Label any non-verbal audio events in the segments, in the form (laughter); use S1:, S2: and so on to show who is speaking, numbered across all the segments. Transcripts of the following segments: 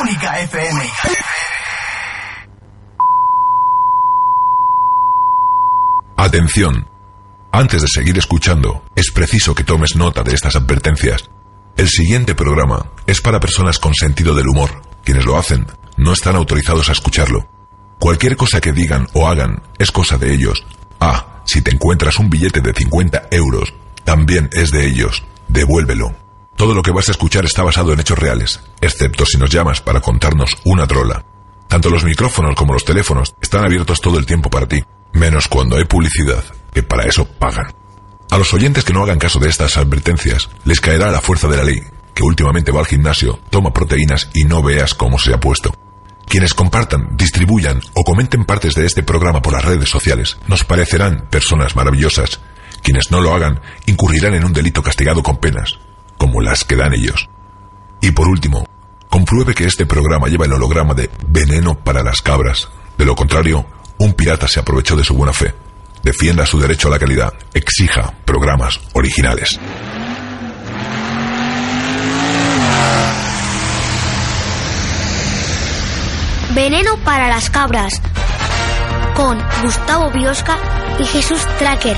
S1: Única FM.
S2: Atención. Antes de seguir escuchando, es preciso que tomes nota de estas advertencias. El siguiente programa es para personas con sentido del humor. Quienes lo hacen no están autorizados a escucharlo. Cualquier cosa que digan o hagan es cosa de ellos. Ah, si te encuentras un billete de 50 euros, también es de ellos. Devuélvelo. Todo lo que vas a escuchar está basado en hechos reales, excepto si nos llamas para contarnos una trola. Tanto los micrófonos como los teléfonos están abiertos todo el tiempo para ti, menos cuando hay publicidad, que para eso pagan. A los oyentes que no hagan caso de estas advertencias, les caerá la fuerza de la ley, que últimamente va al gimnasio, toma proteínas y no veas cómo se ha puesto. Quienes compartan, distribuyan o comenten partes de este programa por las redes sociales nos parecerán personas maravillosas. Quienes no lo hagan incurrirán en un delito castigado con penas, como las que dan ellos. Y por último, compruebe que este programa lleva el holograma de veneno para las cabras. De lo contrario, un pirata se aprovechó de su buena fe. Defienda su derecho a la calidad. Exija programas originales.
S3: Veneno para las cabras. Con Gustavo Biosca y Jesús Tracker.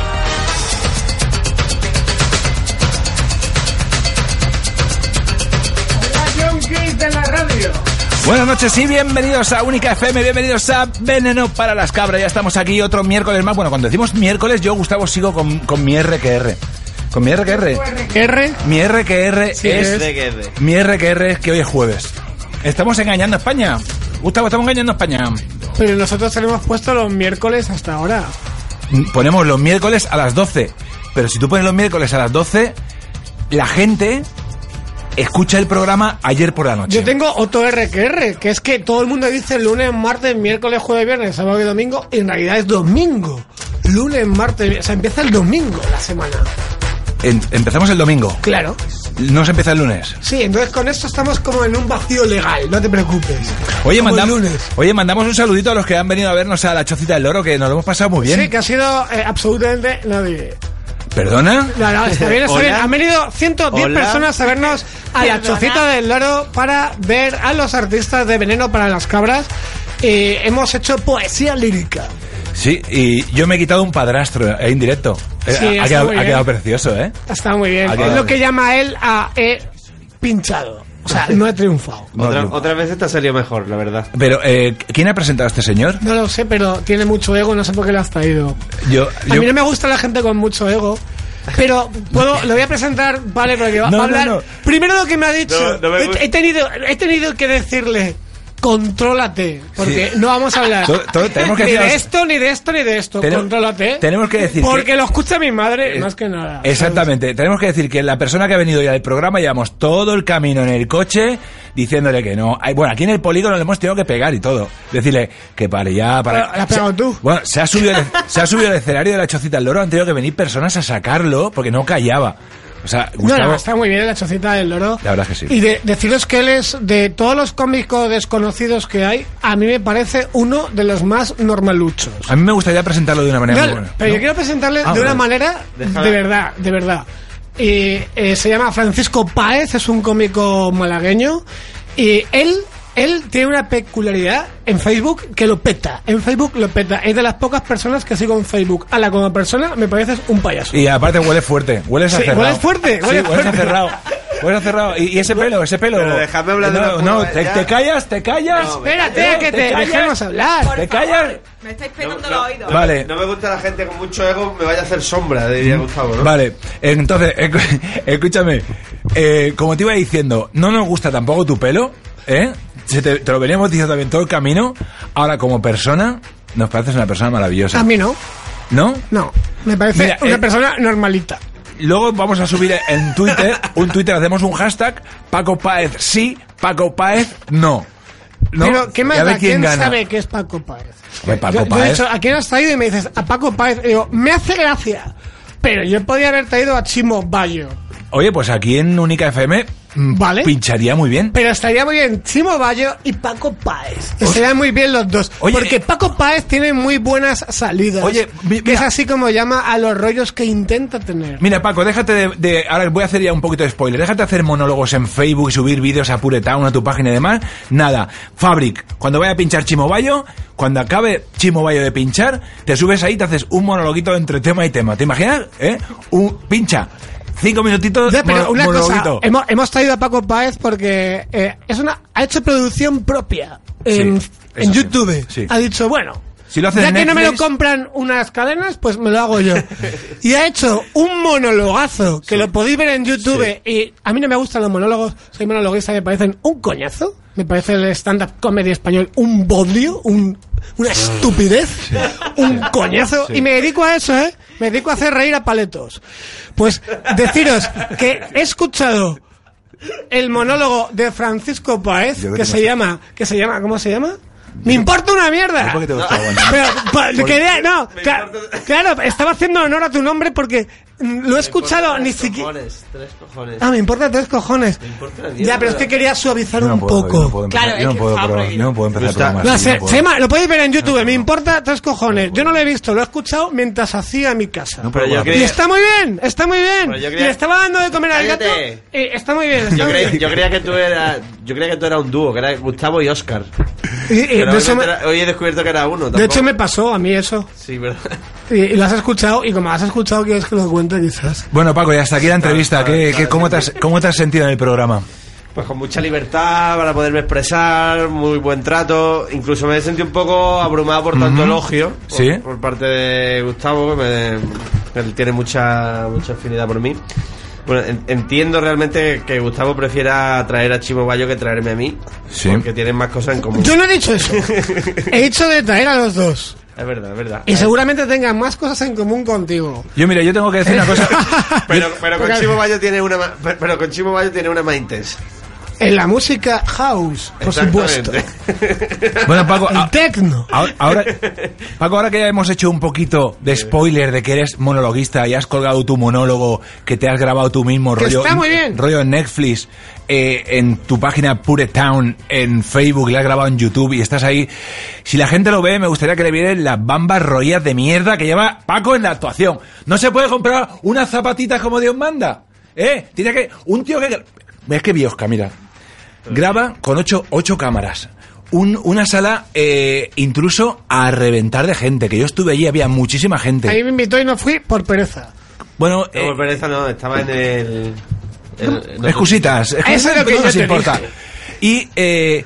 S4: de la radio.
S5: Buenas noches y bienvenidos a Única FM, bienvenidos a Veneno para las Cabras. Ya estamos aquí otro miércoles más. Bueno, cuando decimos miércoles, yo, Gustavo, sigo con, con mi RQR. ¿Con mi RQR?
S4: R.
S5: Mi RQR
S4: Sí,
S5: es...
S6: RQR.
S5: Mi RQR es que hoy es jueves. Estamos engañando a España. Gustavo, estamos engañando a España.
S4: Pero nosotros se lo hemos puesto los miércoles hasta ahora.
S5: Mm, Ponemos los miércoles a las 12. Pero si tú pones los miércoles a las 12, la gente escucha el programa ayer por la noche.
S4: Yo tengo otro RQR, que es que todo el mundo dice lunes, martes, miércoles, jueves, viernes, sábado y domingo, y en realidad es domingo. Lunes, martes, vier- o sea, empieza el domingo la semana.
S5: Em- empezamos el domingo.
S4: Claro.
S5: No se empieza el lunes.
S4: Sí, entonces con esto estamos como en un vacío legal, no te preocupes.
S5: Oye,
S4: Como el
S5: mandam-
S4: lunes.
S5: Oye, mandamos un saludito a los que han venido a vernos a la Chocita del Loro, que nos lo hemos pasado muy bien.
S4: Sí, que ha sido eh, absolutamente nadie.
S5: ¿Perdona?
S4: No, no, está
S6: (laughs)
S4: bien, está
S6: Hola.
S4: bien. Han venido 110
S6: Hola.
S4: personas a vernos a la chocita del loro para ver a los artistas de Veneno para las Cabras. Eh, hemos hecho poesía lírica.
S5: Sí, y yo me he quitado un padrastro eh, en directo. Eh,
S4: Sí,
S5: ha,
S4: está
S5: quedado,
S4: muy
S5: ha
S4: bien.
S5: quedado precioso, ¿eh?
S4: Está muy bien.
S5: Ah,
S4: es
S5: claro.
S4: lo que llama él a eh, pinchado. O sea, no he triunfado.
S5: No,
S6: Otra,
S5: no.
S6: otra vez te ha salido mejor, la verdad.
S5: Pero, eh, ¿quién ha presentado a este señor?
S4: No lo sé, pero tiene mucho ego, no sé por qué lo has traído.
S5: Yo,
S4: A
S5: yo-
S4: mí no me gusta la gente con mucho ego. Pero puedo, lo voy a presentar, vale, porque va
S5: No,
S4: va a
S5: no,
S4: hablar.
S5: no.
S4: Primero lo que me ha dicho,
S6: No, no me
S4: he-
S6: gusta.
S4: he, tenido, he tenido que decirle, contrólate, porque no vamos a hablar
S5: To- to- tenemos que
S4: ni
S5: decir-
S4: de esto, ni de esto, ni de esto,
S5: Tenem-
S4: contrólate.
S5: tenemos que decir
S4: Porque
S5: que-
S4: lo escucha mi madre,
S5: Eh,
S4: más que nada.
S5: Exactamente. Tenemos que decir que la persona que ha venido ya del programa llevamos todo el camino en el coche diciéndole que no. Ay, Bueno, aquí en el polígono le hemos tenido que pegar y todo. Decirle que pare ya, para.
S4: Pero, ¿la has pegado tú?
S5: Bueno, se ha subido, el- (laughs) se ha subido el escenario de la chocita al loro. Han tenido que venir personas a sacarlo porque no callaba. O sea,
S4: No,
S5: Gustavo.
S4: no, está muy bien la chocita del loro.
S5: La verdad es que sí.
S4: Y de, deciros que él es, de todos los cómicos desconocidos que hay, a mí me parece uno de los más normaluchos.
S5: a mí me gustaría presentarlo de una manera
S4: No,
S5: muy buena.
S4: pero
S5: No.
S4: yo quiero presentarle
S5: Ah,
S4: de una
S5: vale.
S4: manera
S6: Déjala.
S4: de verdad, de verdad. Y, eh, se llama Francisco Páez, es un cómico malagueño. Y él, él tiene una peculiaridad en Facebook que lo peta. En Facebook lo peta. Es de las pocas personas que sigo en Facebook. A la como persona me pareces un payaso.
S5: Y aparte huele fuerte, hueles a
S4: Sí,
S5: cerrado.
S4: hueles fuerte,
S5: Sí,
S4: hueles
S5: hueles a
S4: fuerte.
S5: cerrado. Hueles a cerrado. Y, y ese pelo, ese pelo. Eh,
S6: Pero dejadme hablar de
S5: no,
S6: una
S5: No,
S6: puta
S5: te,
S6: vez,
S5: te
S6: ya.
S5: callas, te callas.
S6: No,
S4: Espérate, que te,
S5: callas,
S4: dejemos hablar.
S5: ¿Te callas?
S7: Me estáis pegando
S6: No, no,
S7: los oídos.
S5: Vale. Mm,
S6: No me gusta la gente con mucho ego, me vaya a hacer sombra, diría Gustavo, ¿no?
S5: Vale, entonces, escu- escúchame. eh, como te iba diciendo, no nos gusta tampoco tu pelo, ¿eh? Se te, te lo veníamos diciendo también todo el camino. Ahora, como persona, nos pareces una persona maravillosa.
S4: A mí no.
S5: ¿No?
S4: No. Me parece
S5: Mira,
S4: una
S5: eh,
S4: persona normalita.
S5: Luego vamos a subir en Twitter, un Twitter, hacemos un hashtag, Paco Páez sí, Paco Páez no. ¿No?
S4: Pero, ¿qué
S5: Y
S4: más
S5: a ver
S4: da?
S5: quién
S4: ¿Quién,
S5: gana.
S4: sabe qué es Paco Páez?
S5: Hombre, Paco
S4: Yo- yo,
S5: Páez.
S4: he dicho, ¿a quién has traído? Y me dices, a Paco Páez. Y digo, me hace gracia. Pero yo podía haber traído a Chimo Bayo.
S5: Oye, pues aquí en Única FM mm,
S4: Vale.
S5: pincharía muy bien.
S4: Pero estaría muy bien Chimo Bayo y Paco Páez. Estarían muy bien los dos.
S5: Oye,
S4: porque
S5: eh,
S4: Paco Páez tiene muy buenas salidas.
S5: Oye, mi-
S4: que es
S5: mira.
S4: así como llama a los rollos que intenta tener.
S5: Mira, Paco, déjate de, de- Ahora voy a hacer ya un poquito de spoiler. Déjate hacer monólogos en Facebook y subir vídeos a Pure Town, a tu página y demás. Nada. Fabric, cuando vaya a pinchar Chimobayo, cuando acabe Chimobayo de pinchar, te subes ahí y te haces un monologuito entre tema y tema. ¿Te imaginas? ¿Eh? Un, pincha. Cinco minutitos.
S4: Ya, pero
S5: mono-
S4: una cosa,
S5: monologuito.
S4: hemos, hemos traído a Paco Páez porque eh, es una, ha hecho producción propia en,
S5: Sí,
S4: en
S5: eso sí.
S4: YouTube.
S5: Sí.
S4: Ha dicho, bueno,
S5: Si lo hace
S4: ya que no me lo
S5: Netflix-
S4: compran unas cadenas, pues me lo hago yo. y ha hecho un monologazo que lo podéis ver en YouTube. Y a mí no me gustan los monólogos, soy monologuista, me parecen un coñazo. Me parece el stand-up comedy español un bodrio, un, una estupidez, un coñazo. Y me dedico a eso, ¿eh? Me dedico a hacer reír a paletos. Pues deciros que he escuchado el monólogo de Francisco Paez
S5: Yo creo
S4: que
S5: que
S4: se
S5: no sé.
S4: llama que se llama ¿cómo se llama? Me importa una mierda.
S5: ¿Por qué te
S4: (laughs)
S5: gusta, Wanda?
S4: Pero, pa- quería- no,
S6: Me
S4: cla-
S6: importa-
S4: claro, estaba haciendo honor a tu nombre porque mm, lo he escuchado ni siquiera.
S6: Cojones, tres cojones.
S4: Ah, me importa tres cojones.
S6: importa una mierda.
S4: Ya, pero es que quería suavizar
S5: Yo no
S4: un
S5: puedo,
S4: poco.
S5: yo no puedo empezar-
S1: Claro,
S5: yo no
S1: es que
S5: puedo,
S1: Fabri-
S5: probar- yo no puedo empezar
S6: Yo
S5: a
S6: está-
S5: programar
S4: Lo,
S5: así,
S4: hace-
S5: no puedo.
S4: Chema, lo podéis ver en YouTube, me importa tres cojones. Yo no lo he visto, lo he escuchado mientras hacía mi casa.
S5: No
S6: Pero yo
S5: puedo
S4: y
S6: creía-
S4: está muy bien, está muy bien.
S6: Pero yo
S4: Y
S6: creía-
S4: le estaba dando de comer al gato.
S6: Cállate.
S4: y está muy bien. Está
S6: Yo
S4: muy
S6: creía,
S4: bien.
S6: yo creía que tú eras yo creía que tú eras un dúo, que era Gustavo y Oscar.
S4: Y- y
S6: Pero
S4: Eh, de
S6: hoy,
S4: eso
S6: me
S4: me-
S6: entera- hoy he descubierto que era uno.
S4: De
S6: tampoco.
S4: hecho, me pasó a mí eso.
S6: Sí, verdad.
S4: Y, y lo has escuchado, y como has escuchado, quieres que lo cuente quizás.
S5: Bueno, Paco, y hasta aquí la entrevista.
S6: Claro,
S5: ¿Qué,
S6: claro,
S5: qué- cómo, te has, ¿Cómo te has sentido en el programa?
S6: Pues con mucha libertad para poderme expresar, muy buen trato. Incluso me sentí un poco abrumado por tanto elogio por,
S5: Sí.
S6: por parte de Gustavo, que me- él tiene mucha, mucha afinidad por mí. Bueno, en- entiendo realmente que Gustavo prefiera traer a Chimo Bayo que traerme a mí,
S5: Sí.
S6: porque tienen más cosas en común.
S4: Yo no he dicho eso. he dicho de traer a los dos.
S6: Es verdad, es verdad.
S4: Y seguramente tengan más cosas en común contigo. (laughs)
S5: Yo, mira, yo tengo que decir una cosa.
S6: Pero, pero con
S4: Porque-
S6: Chimo Bayo tiene una más, pero- pero con Chimo Bayo tiene una más intensa.
S4: En la música house, por supuesto. (laughs)
S6: Exactamente.
S5: Bueno, Paco,
S4: El (laughs)
S5: a-
S4: techno.
S5: ahora, ahora- Paco, ahora que ya hemos hecho un poquito de spoiler de que eres monologuista y has colgado tu monólogo, que te has grabado tú mismo,
S4: Que
S5: rollo,
S4: está muy bien.
S5: rollo en Netflix, eh, en tu página Pure Town, en Facebook, y la has grabado en YouTube y estás ahí. Si la gente lo ve, me gustaría que le vieran las bambas rollas de mierda que lleva Paco en la actuación. No se puede comprar unas zapatitas como Dios manda. ¿Eh? Tiene que. Un tío que. Es que Biosca, mira. Graba con ocho, ocho cámaras. Un- una sala eh, intruso a reventar de gente. Que yo estuve allí, había muchísima
S4: Ahí
S5: gente.
S4: me invitó y no fui por pereza.
S5: Bueno,
S6: No,
S5: eh,
S6: por pereza no, estaba en el... el- no,
S5: excusitas.
S4: Eso es
S5: excusitas
S4: lo que
S5: no
S4: yo
S5: nos
S4: te
S5: importa.
S4: dije.
S5: Y, eh,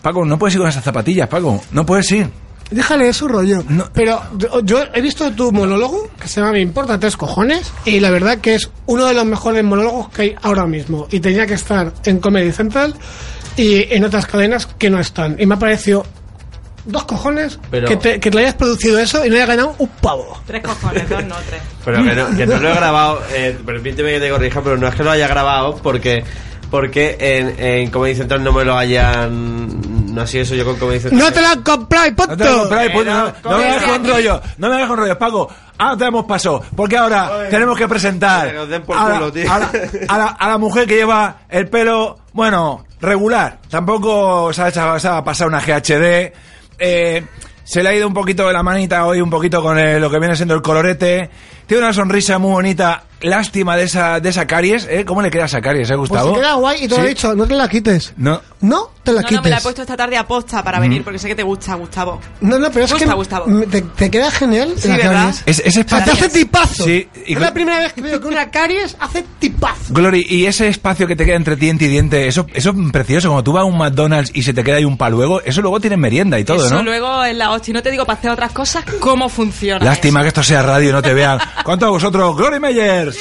S5: Paco, no puedes ir con esas zapatillas, Paco. No puedes ir.
S4: Déjale eso rollo.
S5: No.
S4: Pero yo, yo he visto tu monólogo, que se llama Me importa tres cojones, y la verdad que es uno de los mejores monólogos que hay ahora mismo. Y tenía que estar en Comedy Central y en otras cadenas que no están. Y me ha parecido dos cojones
S6: Pero-
S4: que, te, que te hayas producido eso y no hayas ganado un pavo.
S1: Tres cojones, dos no,
S5: (laughs)
S1: tres.
S6: Pero que no, que no lo he grabado, eh, permíteme que te corrija, pero no es que lo haya grabado porque porque en, en Comedy Central no me lo hayan... No ha sido eso yo con Comedy Central.
S4: No te la han comprado y punto.
S5: No te lo compráis, pues, no, no me
S1: Pero-
S5: hagas con rollo. No me hagas con rollo, Paco. Ahora te damos paso, porque ahora
S6: Ay,
S5: tenemos que presentar
S6: que nos den por
S5: a, la-
S6: culo, tío.
S5: a la, a la- a la mujer que lleva el pelo, bueno, regular. Tampoco se ha, hecho- se ha pasado una GHD. Eh, se le ha ido un poquito de la manita hoy, un poquito con el- lo que viene siendo el colorete. Tiene una sonrisa muy bonita. Lástima de esa, de esa caries. ¿eh? ¿Cómo le queda esa caries, eh,
S4: Pues
S5: Gustavo?
S4: te queda guay y te lo
S5: Sí.
S4: he dicho, no te la quites.
S5: No.
S4: No te la
S1: No,
S4: quites.
S1: no, me la he puesto esta tarde aposta para
S5: Mm.
S1: venir porque sé que te gusta, Gustavo.
S4: No, no, pero es
S1: Gusta,
S4: que
S1: Gustavo.
S4: me- te, te queda genial.
S1: Sí,
S4: la
S1: ¿verdad?
S4: caries.
S5: Es- ese es
S4: O sea, te
S5: Paco.
S4: hace tipazo.
S5: Sí, y
S4: es
S5: con-
S4: la primera vez que veo que una caries hace tipazo.
S5: Glory, y ese espacio que te queda entre diente y diente, eso, eso es precioso. Cuando tú vas a un McDonald's y se te queda ahí un paluego, eso luego tienes merienda y todo,
S1: Eso
S5: ¿no?
S1: luego en la hostia. Y No te digo para hacer otras cosas cómo funciona.
S5: Lástima que esto sea radio y no te vean. ¿Cuánto a vosotros, Glory Meyers?
S1: eso.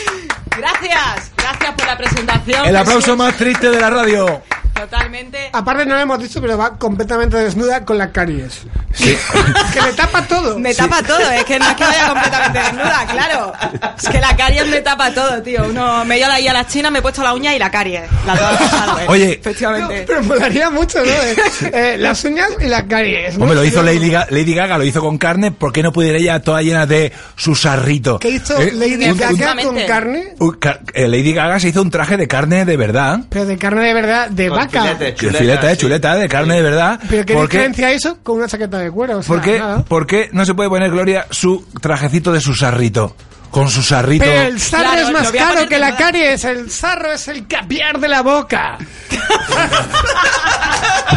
S1: Gracias, gracias por la presentación.
S5: El aplauso
S1: Jesús.
S5: más triste de la radio.
S1: Totalmente.
S4: Aparte no lo hemos dicho, pero va completamente desnuda con las caries.
S5: Sí.
S4: (laughs) Que le tapa todo.
S1: Me tapa todo, es que no es que vaya completamente desnuda, claro. Es que la caries me tapa todo, tío. Uno me he ido ahí a la China, me he puesto la uña y la caries. La dos, ¿sabes?
S5: Oye.
S1: efectivamente.
S4: Pero molaría mucho, ¿no? Eh, eh, las uñas y las caries. ¿no?
S5: Hombre, lo hizo Lady Gaga, Lady Gaga, lo hizo con carne, ¿por qué no pudiera ella toda llena de su sarrito?
S4: ¿Qué hizo
S5: Eh,
S4: Lady
S1: un-
S4: Gaga
S1: un-
S4: con carne?
S5: uy, ca- eh, Lady Gaga se hizo un traje de carne de verdad.
S4: Pero de carne de verdad, de
S6: Con
S4: vaca.
S5: Chuleta,
S6: filetes. Chuleta,
S5: chuleta, eh,
S6: sí.
S5: chuleta de carne de verdad.
S4: ¿Pero qué
S5: ¿Por qué-
S4: diferencia eso con una chaqueta de cuero? O sea,
S5: ¿Por qué,
S4: nada.
S5: por qué no se puede poner Gloria su trajecito de su sarrito? Con su sarrito.
S4: Pero el sarro
S1: Claro,
S4: es
S1: lo
S4: más
S1: voy a
S4: caro
S1: poner
S4: que
S1: de
S4: la
S1: moda.
S4: caries. El sarro es el caviar de la boca.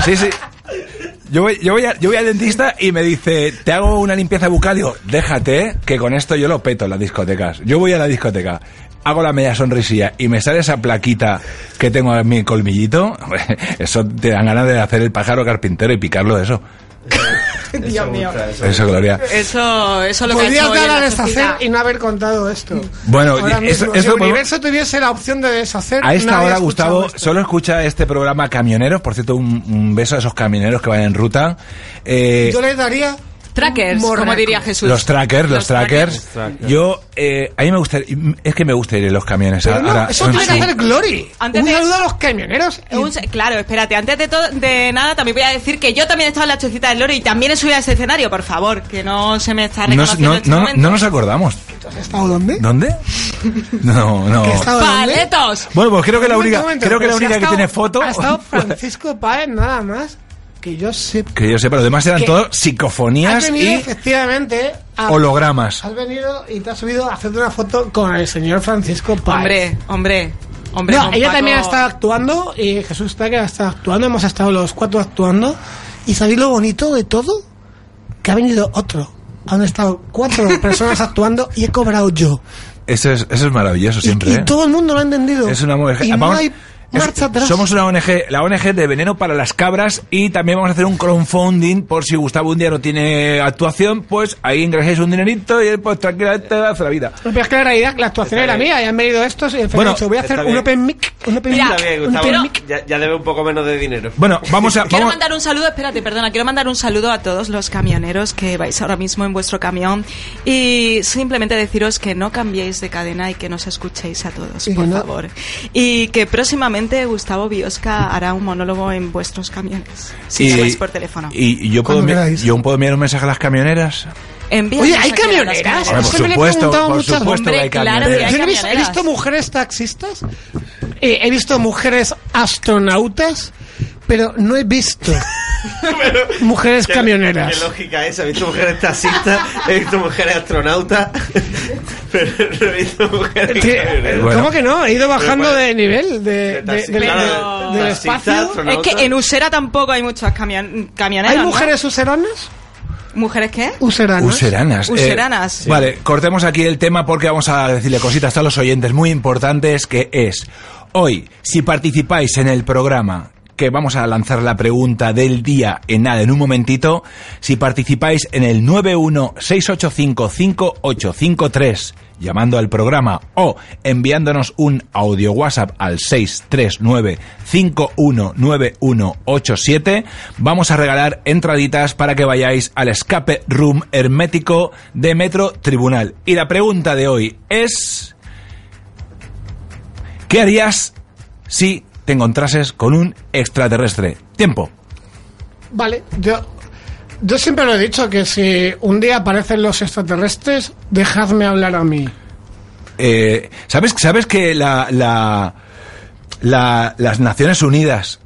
S5: Sí, sí. Yo voy, yo, voy a- yo voy al dentista y me dice, te hago una limpieza bucal. Digo, déjate, que con esto yo lo peto en las discotecas. Yo voy a la discoteca, hago la media sonrisilla y me sale esa plaquita que tengo en mi colmillito. (laughs) Eso te dan ganas de hacer el pájaro carpintero y picarlo eso.
S1: Dios mío.
S5: Eso, Gloria.
S1: Eso, eso es lo que ha
S4: Podrías
S1: hecho hoy en
S4: dar a
S1: la
S4: deshacer
S1: sociedad.
S4: y no haber contado esto.
S5: Bueno,
S4: Ahora
S5: es-
S4: mismo,
S5: es
S4: si
S5: lo
S4: el
S5: podemos-
S4: universo tuviese la opción de deshacer.
S5: A esta
S4: nadie
S5: hora,
S4: ha escuchado
S5: Gustavo,
S4: esto.
S5: solo escucha este programa Camioneros. Por cierto, un, un beso a esos camioneros que van en ruta. Eh,
S4: Yo les daría.
S1: Trackers, como
S4: Morraco.
S1: diría Jesús.
S5: los trackers, los, trackers.
S6: trackers.
S5: Yo, eh, a mí me gusta, es que me gusta ir en los camiones.
S4: Pero no,
S5: Ahora,
S4: eso tiene
S5: sí.
S4: que hacer Glory.
S1: Antes
S4: un
S1: de-
S4: saludo a los camioneros. y-
S1: Un se- claro, espérate, antes de, todo- de nada también voy a decir que yo también he estado en la chocita del loro y también he subido a ese escenario, por favor, que no se me está
S5: No,
S1: reconociendo
S5: no-
S1: en este
S5: no-
S1: momento.
S5: no nos acordamos.
S4: ¿Has estado dónde?
S5: ¿Dónde?
S4: (laughs)
S5: No, no.
S4: ¿Que has estado dónde?
S1: ¡Paletos!
S5: Bueno, pues creo que la
S4: Un momento,
S5: única,
S4: un momento,
S5: creo que,
S4: pero
S5: la
S4: si ha
S5: única que
S4: estado-
S5: tiene foto.
S4: Ha estado
S5: (laughs)
S4: Francisco Páez, nada más. Que yo sepa.
S5: que yo sepa, lo demás eran
S4: Que-
S5: todo
S4: Has
S5: psicofonías
S4: venido,
S5: y
S4: efectivamente, a-
S5: hologramas.
S4: Has venido y te has subido a hacerte una foto con el señor Francisco Páez.
S1: Hombre, hombre, hombre.
S4: No,
S1: don
S4: ella
S1: Paco.
S4: también ha estado actuando y Jesús está que ha estado actuando, hemos estado los cuatro actuando. ¿Y sabéis lo bonito de todo? Que ha venido otro. Han estado
S1: (laughs)
S4: cuatro personas actuando y he cobrado yo.
S5: Eso es, eso es maravilloso
S4: Y,
S5: siempre.
S4: y
S5: ¿eh?
S4: todo el mundo lo ha entendido.
S5: Es una ONG.
S4: Y no
S5: Vamos-
S4: hay
S5: es-
S4: marcha atrás.
S5: Somos una ONG, la ONG de veneno para las cabras y también vamos a hacer un crowdfunding por si Gustavo un día no tiene actuación, pues ahí ingresáis un dinerito y él pues tranquilamente hace la vida.
S4: Pero Pues es que la realidad, la actuación
S6: Está
S4: era
S6: bien.
S4: mía y han venido estos y el
S5: Bueno,
S4: bueno, voy a hacer
S6: está
S4: un
S6: bien.
S4: open mic, un open
S1: Mira,
S4: mic,
S6: Está bien,
S4: un open
S6: Gustavo.
S4: mic.
S6: Ya, ya debe un poco menos de dinero. (laughs)
S5: Bueno, vamos a...
S1: Quiero
S5: Vamos,
S1: mandar un saludo, espérate, perdona, quiero mandar un saludo a todos los camioneros que vais ahora mismo en vuestro camión y simplemente deciros que no cambiéis de cadena y que nos escuchéis a todos,
S4: Y
S1: por
S4: no-
S1: favor. Y que próximamente Gustavo Biosca hará un monólogo en vuestros camiones, si llamáis por teléfono.
S5: Y, y yo, puedo
S4: Cuando
S5: enviar-
S4: queráis.
S5: yo puedo enviar un mensaje a las camioneras.
S1: Envía
S4: Oye,
S1: un
S4: ¿hay
S1: mensaje a las
S4: camioneras?
S5: Hombre,
S1: camioneras.
S5: por
S4: Eso me lo he
S5: supuesto,
S4: preguntado
S5: por
S4: muchas-
S5: supuesto que hay
S1: Hombre, claro
S5: camioneras.
S1: que hay.
S4: Yo he visto, he
S1: camioneras.
S4: visto mujeres taxistas, eh, he visto mujeres astronautas, pero no he visto mujeres
S6: Qué-
S4: camioneras.
S6: Qué lógica esa. He visto mujeres taxistas, he visto mujeres astronautas, (laughs) pero no he visto mujeres
S4: Sí,
S6: camioneras.
S5: Bueno.
S4: ¿Cómo que no? He ido bajando
S6: Pero,
S4: de nivel, de, de-
S6: taxi-
S4: del- del
S6: claro, de taxista,
S4: espacio.
S6: astronauta.
S1: Es que en Usera tampoco hay muchas camion- camioneras.
S4: ¿Hay
S1: ¿no?
S4: mujeres useranas?
S1: ¿Mujeres qué?
S4: Useranas.
S5: Useranas. eh,
S1: Useranas. Sí.
S5: Vale, cortemos aquí el tema porque vamos a decirle cositas a los oyentes muy importantes que es, hoy, si participáis en el programa que vamos a lanzar la pregunta del día en nada, en un momentito, si participáis en el 916855853 llamando al programa o enviándonos un audio WhatsApp al 639-519187, vamos a regalar entraditas para que vayáis al escape room hermético de Metro Tribunal. Y la pregunta de hoy es, ¿qué harías si te encontrases con un extraterrestre? Tiempo.
S4: Vale, yo, yo siempre lo he dicho, que si un día aparecen los extraterrestres, dejadme hablar a mí.
S5: Eh, ¿sabes, ¿Sabes que la, la- la- las Naciones Unidas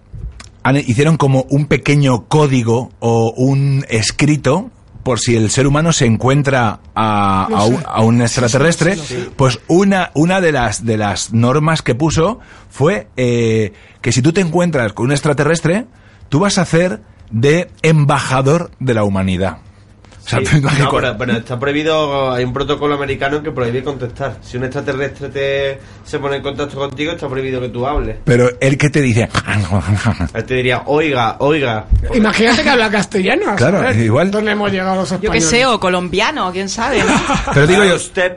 S5: han- hicieron como un pequeño código o un escrito por si el ser humano se encuentra a, a un, a un extraterrestre? Pues una, una de, las, de las normas que puso fue eh, que si tú te encuentras con un extraterrestre, tú vas a ser de embajador de la humanidad. O O sea,
S6: Sí,
S5: tú imagínate
S6: no,
S5: cuál-
S6: pero, pero está prohibido, hay un protocolo americano que prohíbe contestar. Si un extraterrestre te, se pone en contacto contigo, está prohibido que tú hables.
S5: Pero el que te dice. (laughs)
S6: Él te diría, oiga, oiga.
S4: Imagínate que habla castellano.
S5: Claro,
S4: ¿sabes?
S5: igual.
S4: ¿Dónde hemos llegado los
S1: Yo
S4: españoles?
S1: qué sé, o colombiano, quién sabe.
S4: (laughs)
S1: ¿no?
S5: Pero digo
S6: "Ah,
S5: yo.
S6: Usted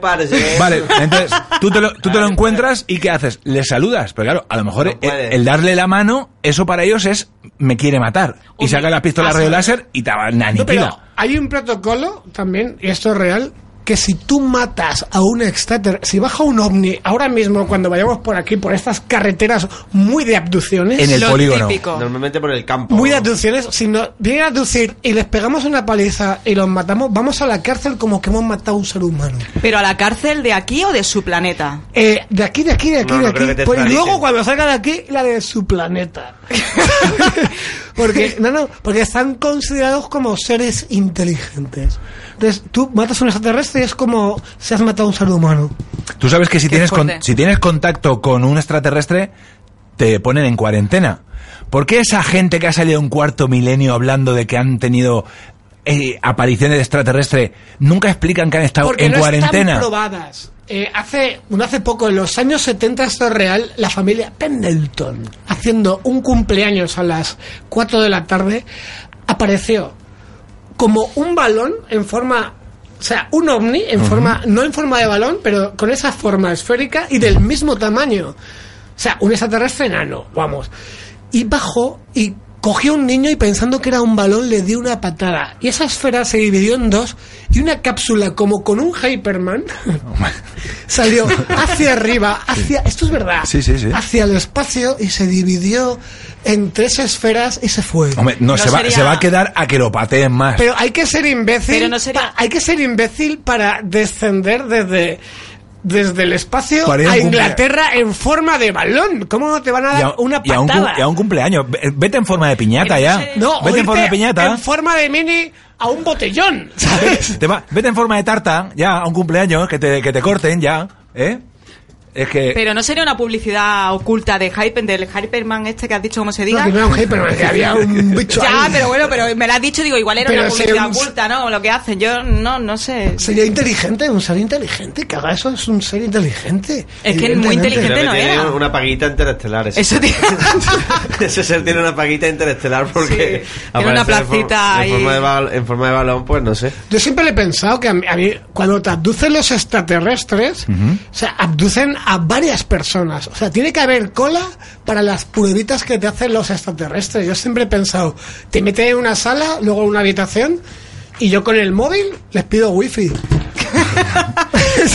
S5: (laughs)
S6: parece.
S5: Vale, entonces tú te lo, tú te lo encuentras y ¿qué haces? Le saludas. Pero claro, a lo mejor
S6: No
S5: el,
S6: puedes.
S5: el darle la mano, eso para ellos es me quiere matar. Y
S1: Oye,
S5: saca la pistola
S1: así-
S5: radio láser y te
S4: No,
S5: aniquila.
S4: pero hay un protocolo también, y esto es real, que si tú matas a un extraterrestre, si baja un ovni ahora mismo cuando vayamos por aquí, por estas carreteras muy de abducciones,
S5: En el
S1: Lo
S5: polígono.
S1: típico.
S6: Normalmente por el campo.
S4: muy de abducciones, si nos vienen a abducir y les pegamos una paliza y los matamos, vamos a la cárcel como que hemos matado a un ser humano.
S1: Pero a la cárcel de aquí o de su planeta.
S4: Eh, de aquí, de aquí, de aquí,
S6: No, no
S4: de
S6: creo que
S4: aquí.
S6: te
S4: Pues
S6: extraditen.
S4: luego cuando salga de aquí, la de su
S6: (laughs)
S4: planeta. porque, no, no, porque están considerados como seres inteligentes. Entonces, tú matas a un extraterrestre y es como si has matado a un ser humano.
S5: Tú sabes que si
S1: Qué
S5: tienes, con-
S1: fuerte.
S5: si tienes contacto con un extraterrestre, te ponen en cuarentena. ¿Por qué esa gente que ha salido un cuarto milenio hablando de que han tenido eh, apariciones de extraterrestre nunca explican que han estado
S4: Porque
S5: en
S4: no
S5: cuarentena?
S4: están probadas. Eh, hace, bueno, hace poco, en los años 70, esto es real, la familia Pendleton, haciendo un cumpleaños a las 4 de la tarde, apareció como un balón en forma... O sea, un ovni en forma, no en forma de balón, pero con esa forma esférica y del mismo tamaño. O sea, un extraterrestre enano, vamos. Y bajó y cogió un niño y pensando que era un balón le dio una patada. Y esa esfera se dividió en dos y una cápsula como con un Hyperman (laughs) salió hacia arriba, hacia... Esto es verdad.
S5: Sí, sí, sí.
S4: Hacia el espacio y se dividió en tres esferas y se fue.
S5: Hombre, no,
S1: No
S5: se, va,
S1: sería-
S5: se va a quedar a que lo pateen más.
S4: Pero hay que ser imbécil.
S1: Pero no sería-
S4: pa- hay que ser imbécil para descender desde desde el espacio
S5: Para ir a
S4: a
S5: un cumplea-
S4: Inglaterra en forma de balón. ¿Cómo no te van a dar
S5: Y a-
S4: una
S5: y a un, cu-
S4: patada?
S5: y a un cumpleaños. Ve- Vete en forma de piñata
S1: Pero
S5: ya.
S1: ese-
S4: No, o
S5: vete en
S4: irte
S5: forma de piñata.
S4: en forma de mini a un botellón, ¿sabes?
S5: Te va- vete en forma de tarta ya a un cumpleaños que te, que te corten ya. ¿eh? Es que.
S1: Pero no sería una publicidad oculta de Hyper, del Hyperman este que has dicho, ¿cómo se
S4: No,
S1: diga?
S4: que no era un Hyperman, que había un bicho
S1: Ya,
S4: ahí.
S1: pero bueno, pero me lo has dicho, digo, igual era
S4: Pero
S1: una
S4: si
S1: publicidad
S4: un-
S1: oculta, ¿no? Lo que hacen, yo no, no sé.
S4: Sería inteligente, un ser inteligente, que haga eso es un ser inteligente.
S1: Es que es muy
S4: Evidentemente.
S1: inteligente.
S6: Creo que
S1: no
S6: tiene
S1: era.
S6: una paguita interestelar.
S4: (laughs)
S6: Ese,
S1: Eso tiene...
S4: Eh,
S6: (laughs) ese ser tiene una paguita interestelar porque.
S1: Sí,
S6: aparece
S1: tiene
S6: de forma-
S1: una placita
S6: de forma
S1: ahí.
S6: de bal- en forma de balón, pues no sé.
S4: Yo siempre le he pensado que a mí, a mí, cuando te abducen los extraterrestres, o sea, abducen a varias personas. O sea, tiene que haber cola para las pruebitas que te hacen los extraterrestres. Yo siempre he pensado, te meten en una sala, luego en una habitación, y yo con el móvil les pido wifi. (laughs)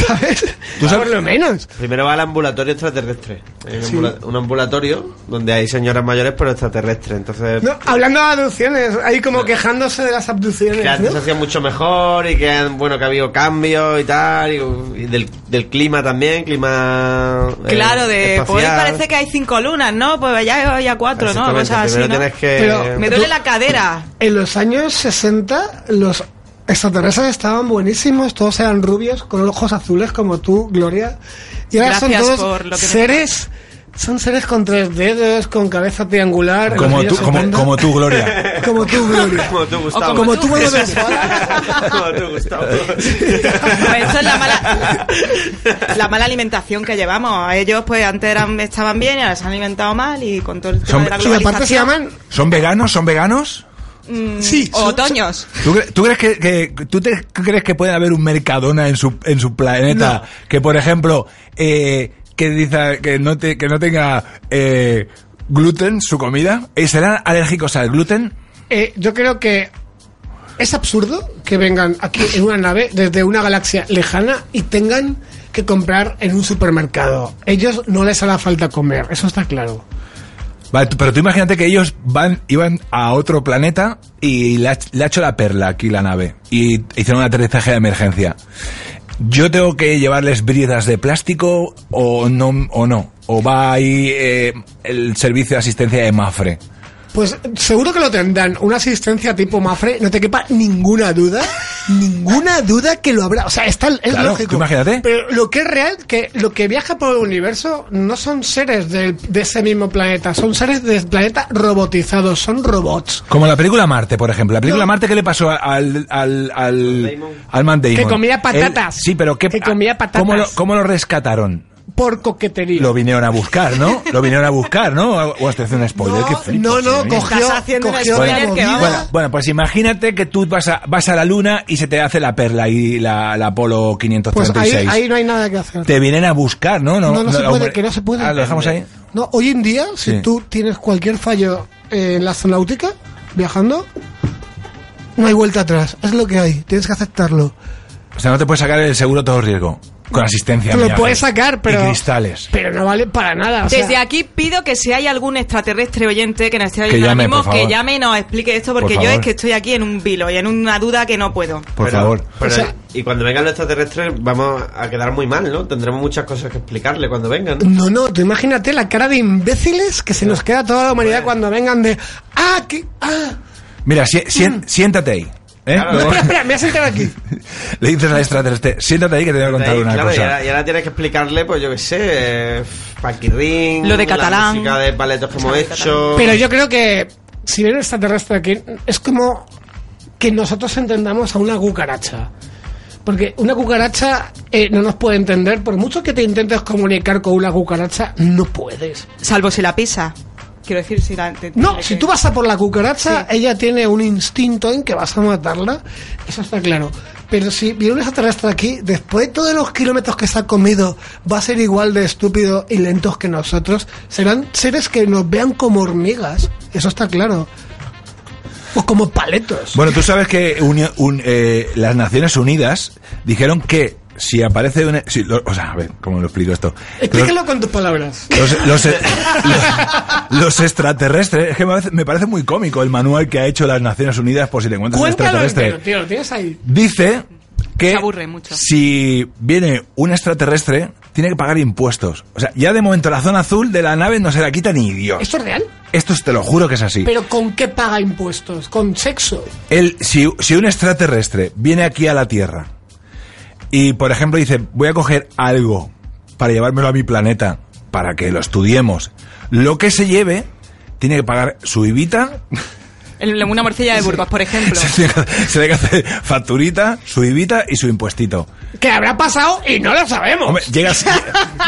S4: ¿Sabes?
S5: ¿Tú sabes?
S4: Por lo menos.
S6: Primero va al ambulatorio extraterrestre. Hay un, ambula- un ambulatorio donde hay señoras mayores pero extraterrestres. Entonces,
S4: No, hablando de abducciones, ahí como quejándose de las abducciones.
S6: que antes se
S4: ¿no?
S6: hacía mucho mejor y que han- bueno que ha habido cambios y tal. Y, y del, del clima también, clima. eh,
S1: Claro, de... Pues hoy
S6: espacial.
S1: parece que hay cinco lunas, ¿no? Pues ya hay cuatro, ¿no?
S6: Exactamente,
S1: Cosas así,
S6: primero
S1: ¿no?
S6: tienes que-
S5: (laughs)
S4: Pero-
S1: Me duele la cadera.
S4: En los años 60, los extraterrestres estaban buenísimos, todos eran rubios, con ojos azules como tú, Gloria. Y ahora
S1: Gracias
S4: son todos
S1: por lo que me-
S4: seres, son seres con tres dedos, con cabeza triangular. en
S5: como,
S4: los
S5: tú,
S4: años
S5: como,
S4: 70.
S5: como tú, Gloria.
S4: (laughs) Como tú, Gloria.
S6: (laughs) Como tú, Gustavo.
S1: O
S4: como tú, Manuel
S6: Como tú, Gustavo.
S1: Pues esto es la mala, la mala alimentación que llevamos. Ellos, pues antes eran, estaban bien y ahora se han alimentado mal y con todo el tema
S5: Son-
S1: de la
S4: Y aparte se
S1: globalización,
S4: llaman...
S5: ¿Son veganos? ¿Son veganos?
S4: Sí,
S1: Mm, o
S4: son-
S1: otoños.
S5: ¿Tú, cre- tú crees que, que- tú te- crees que puede haber un Mercadona en su en su planeta que por ejemplo eh, que dice que no te, que no tenga eh, gluten su comida y serán alérgicos al gluten?
S4: Eh, yo creo que es absurdo que vengan aquí en una nave desde una galaxia lejana y tengan que comprar en un supermercado. Ellos no les hará falta comer, eso está claro.
S5: Vale, tú- pero tú imagínate que ellos van iban a otro planeta y le ha, le ha hecho la perla aquí la nave y hicieron un aterrizaje de emergencia. Yo tengo que llevarles bridas de plástico o no o no o va ahí eh, el servicio de asistencia de Mafre.
S4: Pues seguro que lo tendrán. Una asistencia tipo Mafre, no te quepa ninguna duda. ninguna duda que lo habrá. O sea, está, es
S5: Claro,
S4: lógico.
S5: tú imagínate.
S4: Pero lo que es real, que lo que viaja por el universo no son seres del- de, ese mismo planeta, son seres del planeta robotizados, son robots.
S5: Como la película Marte, por ejemplo. La película
S4: No.
S5: Marte, ¿qué le pasó al, al, al,
S6: Damon.
S5: al Matt Damon?
S4: Que comía patatas.
S5: Él- sí, pero ¿qué,
S4: Que comía patatas.
S5: ¿cómo lo, cómo lo rescataron?
S4: Por coquetería.
S5: Lo vinieron a buscar, ¿no? Lo vinieron a buscar, ¿no? O estoy haciendo un spoiler.
S4: no,
S5: qué flipo,
S4: no, no,
S5: tío.
S4: cogió,
S1: Estás haciendo un
S4: cogió
S1: spoiler
S4: la
S1: que
S4: movida.
S1: vamos.
S5: Bueno, bueno, pues imagínate que tú vas a, vas a la luna y se te hace la perla y la, la Apolo
S4: Pues
S5: 536.
S4: ahí, ahí no hay nada que hacer.
S5: Te vienen a buscar, ¿no?
S4: No, no, se
S5: la-
S4: puede, que no se puede.
S5: Ah, lo dejamos ahí.
S4: No, hoy en día, si
S5: Sí.
S4: tú tienes cualquier fallo en la zoonáutica, viajando, no hay vuelta atrás. Es lo que hay, tienes que aceptarlo.
S5: O sea, no te puedes sacar el seguro todo riesgo. Con asistencia.
S4: Te lo
S5: amiga,
S4: puedes
S5: ¿eh?
S4: sacar, pero.
S5: Y cristales.
S4: Pero no vale para nada. o sea,
S1: Desde aquí pido que si hay algún extraterrestre oyente que nos esté oyendo
S5: llame,
S1: ahora mismo,
S5: por favor.
S1: que llame y nos explique esto,
S5: Por
S1: porque yo
S5: favor.
S1: es que estoy aquí en un vilo y en una duda que no puedo.
S5: Por
S6: Pero-
S5: favor.
S6: pero-
S4: O sea-
S6: y cuando vengan los extraterrestres vamos a quedar muy mal, ¿no? Tendremos muchas cosas que explicarle cuando vengan.
S4: No, no, tú imagínate la cara de imbéciles que se nos queda toda la humanidad cuando vengan de. ¡Ah, qué! ¡Ah!
S5: Mira, si-
S4: Mm.
S5: sien- siéntate ahí. ¿eh?
S6: Claro,
S4: No,
S5: Luego-
S4: espera, espera, me voy a sentar aquí.
S5: (laughs) Le dices al extraterrestre, siéntate ahí que te voy a contar
S6: Ahí,
S5: una
S6: claro, Y
S5: cosa.
S6: ahora, y ahora tienes que explicarle, pues yo qué sé, eh, paquirrín,
S1: Lo de catalán.
S6: la música de paletos que hemos hecho.
S4: Pero yo creo que si viene un extraterrestre aquí, es como que nosotros entendamos a una cucaracha. Porque una cucaracha eh, no nos puede entender. Por mucho que te intentes comunicar con una cucaracha, no puedes.
S1: Salvo si la pisa. Quiero decir, si la. te-
S4: No,
S1: te-
S4: si tú vas a por la cucaracha, ella tiene un instinto en que vas a matarla. Eso está claro. Pero si viene un extraterrestre aquí, después de todos los kilómetros que se ha comido, va a ser igual de estúpido y lentos que nosotros. Serán seres que nos vean como hormigas. Eso está claro. O como paletos.
S5: Bueno, tú sabes que uni- un- eh, las Naciones Unidas dijeron que si aparece un... e, si lo- o sea, a ver, ¿cómo lo explico esto?
S4: Explícalo con tus palabras.
S5: Los, los- los- los extraterrestres, es que me parece, me parece muy cómico el manual que ha hecho las Naciones Unidas por si te encuentras un
S4: Cuéntalo
S5: extraterrestre.
S4: entero, tío, lo tienes ahí.
S5: Dice que
S1: Se aburre mucho.
S5: si viene un extraterrestre, tiene que pagar impuestos. O sea, ya de momento la zona azul de la nave no se la quita ni Dios.
S4: ¿Esto es real?
S5: Esto es- te lo juro que es así.
S4: ¿Pero con qué paga impuestos? ¿Con sexo?
S5: El- si, si un extraterrestre viene aquí a la Tierra y, por ejemplo, dice, voy a coger algo para llevármelo a mi planeta, para que lo estudiemos, lo que se lleve tiene que pagar su ibita,
S1: El- Una morcilla de Burgos,
S4: (laughs)
S1: por
S5: (laughs)
S1: ejemplo.
S5: se tiene que- se tiene que hacer facturita, su ibita y su impuestito.
S4: Que habrá pasado y no lo sabemos.
S5: Hombre, llega,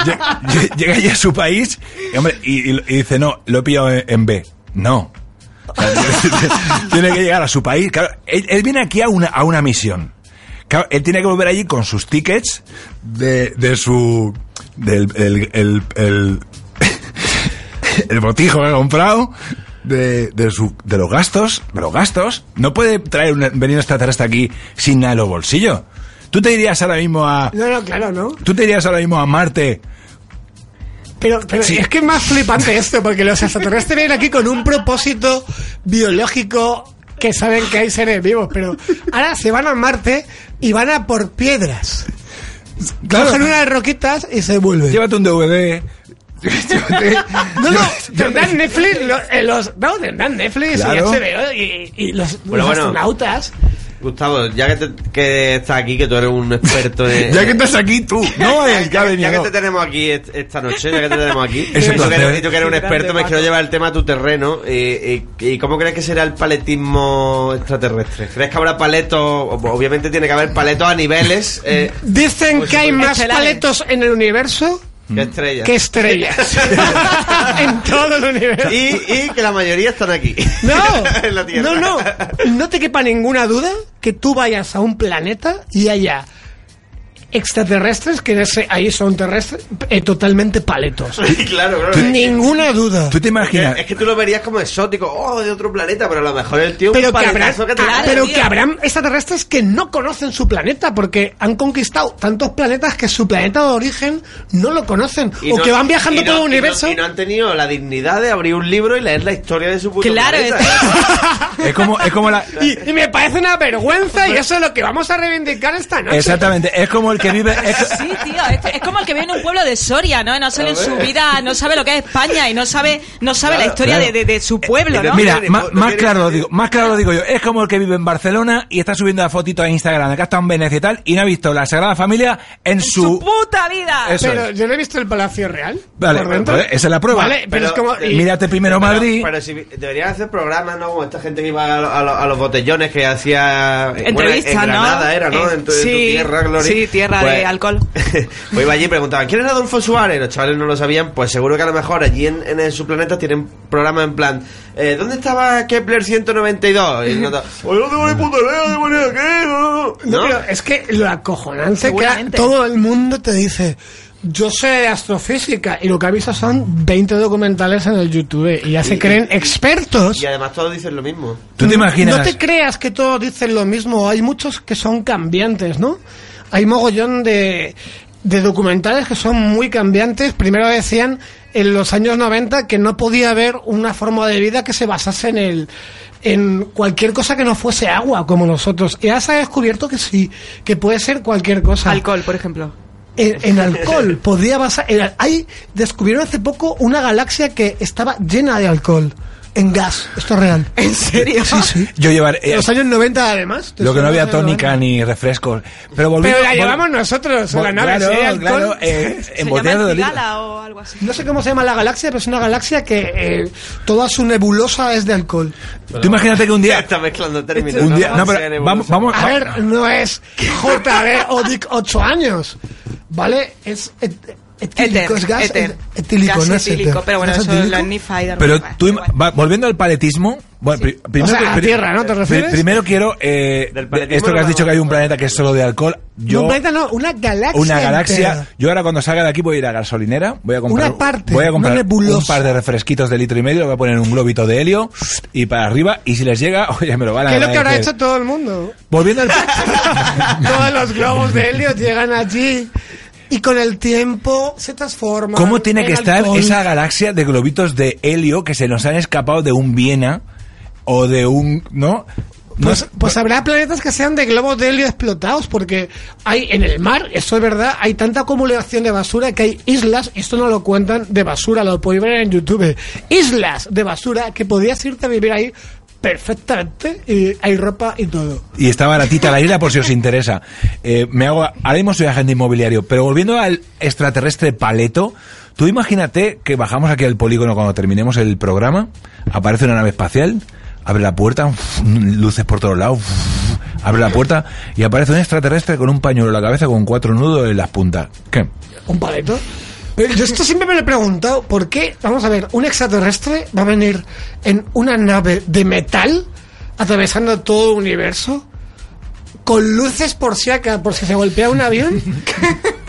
S5: llega, llega ya a su país y, hombre, y, y- y dice, no, lo he pillado en, en B. No. O sea, (laughs) tiene que llegar a su país. Claro, él, él viene aquí a una, a una misión. Claro, él tiene que volver allí con sus tickets de, de su... del el, el, el, (laughs) el botijo que ha comprado. De, de, su, de los gastos, de los gastos, no puede traer un, venir un extraterrestre aquí sin nada en los bolsillos. Tú te dirías ahora mismo a,
S4: No, no, claro, ¿no?
S5: ¿Tú te irías ahora mismo a Marte?
S4: Pero, pero
S5: Sí.
S4: es que es más flipante esto, porque los extraterrestres vienen aquí con un propósito biológico que saben que hay seres vivos, pero ahora se van a Marte y van a por piedras. Cogen unas roquitas y se vuelven.
S5: Llévate un DVD. Llévate-
S4: no, no,
S5: llévate-
S4: tendrán Netflix, lo- eh, los, no, tendrán Netflix
S5: Claro.
S4: y HBO y, y los, los
S6: Bueno, bueno.
S4: astronautas.
S6: Gustavo, ya que, te- que estás aquí, que tú eres un experto
S5: (laughs)
S6: de...
S5: Ya que estás aquí tú,
S6: (laughs)
S5: no ¿eh?
S6: Ya-
S5: el que ha
S6: ya- ya
S5: venido.
S6: que te tenemos aquí est- esta noche, ya que te tenemos aquí,
S5: (laughs) Es un
S6: y tú que eres-
S5: placer.
S6: y tú que eres un
S1: Grande,
S6: experto, me
S1: Paco.
S6: quiero llevar el tema a tu terreno. eh, eh, ¿Y cómo crees que será el paletismo extraterrestre? ¿Crees que habrá paletos? Ob- Obviamente tiene que haber paletos a niveles. Eh,
S4: Dicen que
S6: pues
S4: hay más
S1: estelares.
S4: paletos en el universo
S6: que estrellas.
S4: que
S6: (laughs)
S4: estrellas. en todo el universo.
S6: y, y que la mayoría están aquí. (laughs) en la
S4: No,
S6: Tierra.
S4: no, no.
S6: (laughs)
S4: No te quepa ninguna duda que tú vayas a un planeta y haya extraterrestres que en ese- ahí son terrestres eh, totalmente paletos.
S6: claro, claro. es que-
S4: ninguna duda.
S5: ¿Tú te imaginas?
S6: (laughs) Es que tú lo verías como exótico, oh, de otro planeta, pero a lo mejor el tío es un
S4: Pero que, habrá, Ah,
S6: paletazo que te-
S1: Claro,
S4: pero
S1: tío.
S4: que habrán extraterrestres que no conocen su planeta porque han conquistado tantos planetas que su planeta de origen no lo conocen
S6: Y
S4: o
S6: no-
S4: que van viajando
S6: y no-
S4: todo el
S6: y no-
S4: universo.
S6: Y no, han tenido la dignidad de abrir un libro y leer la historia de su puto
S1: Claro,
S6: planeta. (laughs)
S5: Es como, es como la.
S4: Y, y me parece una vergüenza y eso es lo que vamos a reivindicar esta noche.
S5: Exactamente, es como el que
S4: (laughs)
S5: vive. es-
S1: Sí, tío, es, es como el que vive en un pueblo de Soria, ¿no? No sale en su vida, no sabe lo que es España y no sabe, no sabe la historia
S5: claro.
S1: de, de- de
S4: Eh,
S1: su pueblo, ¿no?
S5: Mira,
S6: tiene-
S5: ma-
S6: no
S5: más
S6: tiene-
S5: claro lo digo, más claro lo digo yo. Es como el que vive en Barcelona y está subiendo la fotito a Instagram, acá está en Venecia y tal, y no ha visto la Sagrada Familia en
S1: su
S5: su.
S1: puta vida.
S5: Eso
S4: Pero
S5: es.
S4: yo no he visto el Palacio Real.
S5: Vale,
S4: por dentro.
S5: pues, esa es la prueba.
S4: Vale, pero,
S6: Pero- eh,
S4: es como. y-
S5: Mírate primero
S6: Pero-
S5: Madrid.
S6: Pero si deberían hacer programas, ¿no? Como esta gente que iba a, lo- a lo- a los botellones que hacía. eh, bueno,
S1: Entrevistas,
S6: en Granada
S1: ¿no?
S6: era, ¿no?
S1: Eh,
S6: En tu, en tu
S1: sí,
S6: tierra, Gloria.
S1: sí, tierra de alcohol.
S6: (laughs) pues iba allí y preguntaban, ¿quién es Adolfo Suárez? Los chavales no lo sabían. Pues seguro que a lo mejor allí en, en, el- su planeta tienen programas en plan, eh, ¿dónde estaba Kepler 192? Y no, Oye, no tengo ni puta idea, no tengo ni idea, ¿qué? No, no,
S4: No,
S6: no.
S4: pero es que lo acojonante que era-
S1: Seguramente.
S4: todo el mundo te dice. Yo sé de astrofísica y lo que ha visto son 20 documentales en el YouTube y ya se
S6: Y-
S4: creen
S6: y-
S4: expertos.
S6: Y además todos dicen lo mismo.
S5: ¿Tú te imaginas?
S4: No te creas que todos dicen lo mismo, hay muchos que son cambiantes, ¿no? Hay mogollón de, de documentales que son muy cambiantes. Primero decían en los años 90 que no podía haber una forma de vida que se basase en el en cualquier cosa que no fuese agua como nosotros. Y ahora se ha descubierto que sí, que puede ser cualquier cosa.
S1: Alcohol, por ejemplo.
S4: En, en alcohol, podía basar... en al- hay, descubrieron hace poco una galaxia que estaba llena de alcohol, en gas. Esto es real.
S1: ¿En serio?
S4: Sí, sí.
S5: Yo llevar. eh,
S4: En los años 90 además.
S5: lo que no había
S4: Los años
S5: tónica
S4: 90.
S5: ni refrescos. Pero volviendo.
S4: Pero la
S5: vol-
S4: llevamos nosotros en
S5: vol-
S4: la nave.
S5: Claro,
S4: sí, alcohol.
S5: claro,
S4: (laughs)
S5: eh,
S1: Se
S5: embotellado
S1: llama
S5: de oliva.
S1: Cigala o algo así.
S4: No sé cómo se llama la galaxia, pero es una galaxia que eh, toda su nebulosa es de alcohol.
S5: Tú imagínate que un día.
S6: Está mezclando términos.
S5: Un día. No,
S6: Sea en
S5: pero vamos, vamos.
S6: evolución.
S4: A ver, no es JB o DIC 8 años. ¿Vale? Es et- etílico,
S1: Éter,
S4: es gas
S1: éter.
S4: et- etílico,
S1: Gas
S4: no es
S1: etílico,
S4: éter.
S1: pero bueno,
S4: ¿Gas
S1: eso
S4: etílico?
S1: lo han nified,
S5: Pero
S1: bueno,
S5: tú,
S1: da igual.
S5: va- volviendo al paletismo, bueno, pri- primero,
S4: O sea, a
S5: pri-
S4: tierra, ¿no te
S5: pri-
S4: refieres?
S5: primero quiero eh,
S6: Del paletismo
S5: esto que has
S6: no
S5: dicho que hay un
S6: vamos.
S5: planeta que es solo de alcohol. Yo
S4: No, un planeta no, una galaxia.
S5: una galaxia.
S4: entera.
S5: Yo ahora cuando salga de aquí voy a ir a gasolinera, voy a comprar
S4: Una parte,
S5: voy a comprar
S4: una nebulosa.
S5: un par de refresquitos de litro y medio, le voy a poner un globito de helio y para arriba y si les llega, (laughs) oye, me lo van a
S4: ¿Qué es lo que habrá
S5: agradecer.
S4: hecho todo el mundo? (laughs)
S5: Volviendo al
S4: Todos los globos de helio llegan allí y con el tiempo se transforman.
S5: ¿Cómo tiene que
S4: en
S5: estar
S4: alcohol.
S5: esa galaxia de globitos de helio que se nos han escapado de un Viena o de un, ¿no? No
S4: Pues,
S5: sé-
S4: pues habrá planetas que sean de globos de helio explotados, porque hay en el mar, eso es verdad, hay tanta acumulación de basura que hay islas, esto no lo cuentan de basura, lo podéis ver en YouTube, islas de basura que podías irte a vivir ahí perfectamente y hay ropa y todo.
S5: Y está baratita la isla por si os interesa. Eh, me hago, ahora mismo soy agente inmobiliario, pero volviendo al extraterrestre paleto, tú imagínate que bajamos aquí al polígono cuando terminemos el programa, aparece una nave espacial, abre la puerta, (laughs) luces por todos lados, (laughs) abre la puerta y aparece un extraterrestre con un pañuelo en la cabeza con cuatro nudos en las puntas. ¿Qué?
S4: ¿Un paleto? Pero yo esto siempre me lo he preguntado, ¿por qué? Vamos a ver, un extraterrestre va a venir en una nave de metal atravesando todo el universo con luces por si acá, por si se golpea un avión.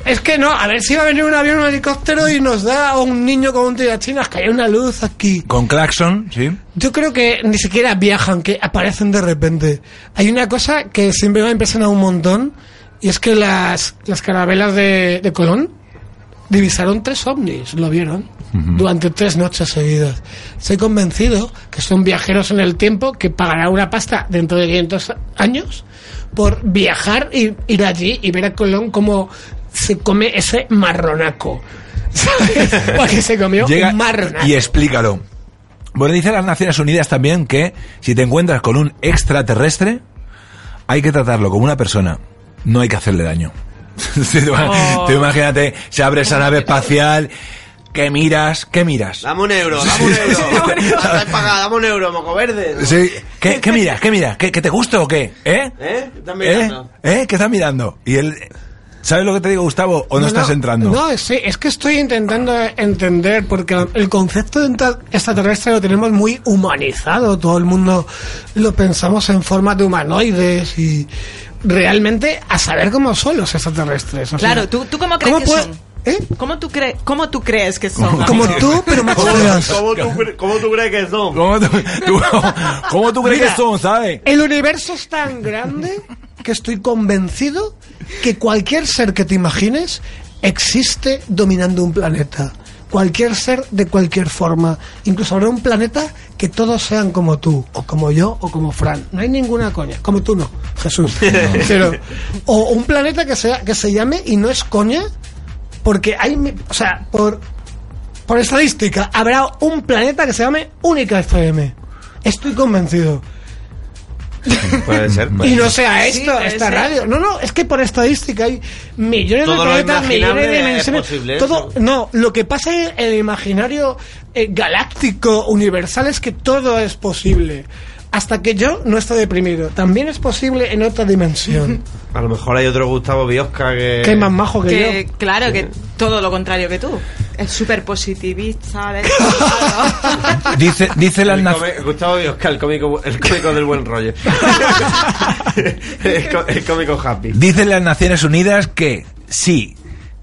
S4: es que no, a ver si va a venir un avión, un helicóptiro y nos da a un niño con un tirachinas que hay una luz aquí.
S5: Con claxon, ¿sí?
S4: Yo creo que ni siquiera viajan, que aparecen de repente. Hay una cosa que siempre me ha impresionado un montón, y es que las, las carabelas de, de Colón divisaron tres ovnis, lo vieron, durante tres noches seguidas. Estoy convencido que son viajeros en el tiempo que pagarán una pasta dentro de 500 años por viajar y ir allí y ver a Colón cómo se come ese marronaco. (laughs) ¿Sabes? Porque se comió
S5: Llega
S4: un marronaco.
S5: y explícalo. Bueno, dice las Naciones Unidas también que si te encuentras con un extraterrestre, hay que tratarlo como una persona. No hay que hacerle daño. (laughs) Sí, tú, tú imagínate, se abre esa nave espacial, que miras, que miras.
S6: Dame un euro, dame un euro. Hasta he pagado, dame un euro, moco verde.
S5: Sí, ¿Qué, qué miras? ¿Qué miras? ¿Qué, que te gusta o qué? ¿Eh?
S6: ¿Eh? ¿Qué estás
S5: ¿Eh?
S6: mirando?
S5: ¿Eh? ¿Qué estás mirando? Y él, ¿sabes lo que te digo, Gustavo? ¿O no, estás entrando?
S4: No, sí, es que estoy intentando entender, porque el concepto de entra- extraterrestre lo tenemos muy humanizado, todo el mundo lo pensamos en forma de humanoides y realmente a saber cómo son los extraterrestres. o sea,
S1: Claro, ¿tú, tú cómo crees que
S4: puede-
S1: son?
S4: ¿Eh?
S1: ¿Cómo tú, cre- ¿Cómo tú crees que son?
S4: Como
S1: amigo?
S4: tú,
S5: (laughs)
S4: pero más feos.
S6: ¿Cómo tú, cre- cómo tú crees que son?
S5: ¿Cómo tú, tú- (laughs) cómo tú crees
S4: Mira.
S5: que son, sabes?
S4: El universo es tan grande que estoy convencido que cualquier ser que te imagines existe dominando un planeta. cualquier ser de cualquier forma. Incluso habrá un planeta que todos sean como tú, o como yo, o como Fran. No hay ninguna coña. Como tú no, Jesús. Pero- o un planeta que, sea, que se llame y no es coña, porque hay. mi- O sea, por, por estadística, habrá un planeta que se llame Única FM. Estoy convencido.
S6: Puede ser.
S4: Y no sea esto,
S1: puede
S4: esta
S1: ser.
S4: radio. No, no, es que por estadística hay millones
S6: Todo
S4: de
S6: lo
S4: planetas,
S6: imaginable
S4: millones de
S6: es
S4: dimensiones.
S6: posible,
S4: todo,
S6: eso.
S4: no, lo que pasa en el imaginario eh, galáctico universal es que todo es posible. Hasta que yo no esté deprimido. También es posible en otra
S6: (laughs)
S4: dimensión.
S6: A lo mejor hay otro Gustavo Biosca que.
S4: que es más majo que,
S1: Que,
S4: yo.
S1: claro, que todo lo contrario que tú. Es súper
S4: (laughs)
S1: positivista. de-
S5: Dice, dice las
S6: El
S5: naz-
S6: come- Gustavo Biosca, el cómico, el cómico del buen rollo. el, co- el cómico happy.
S5: Dicen las Naciones Unidas que si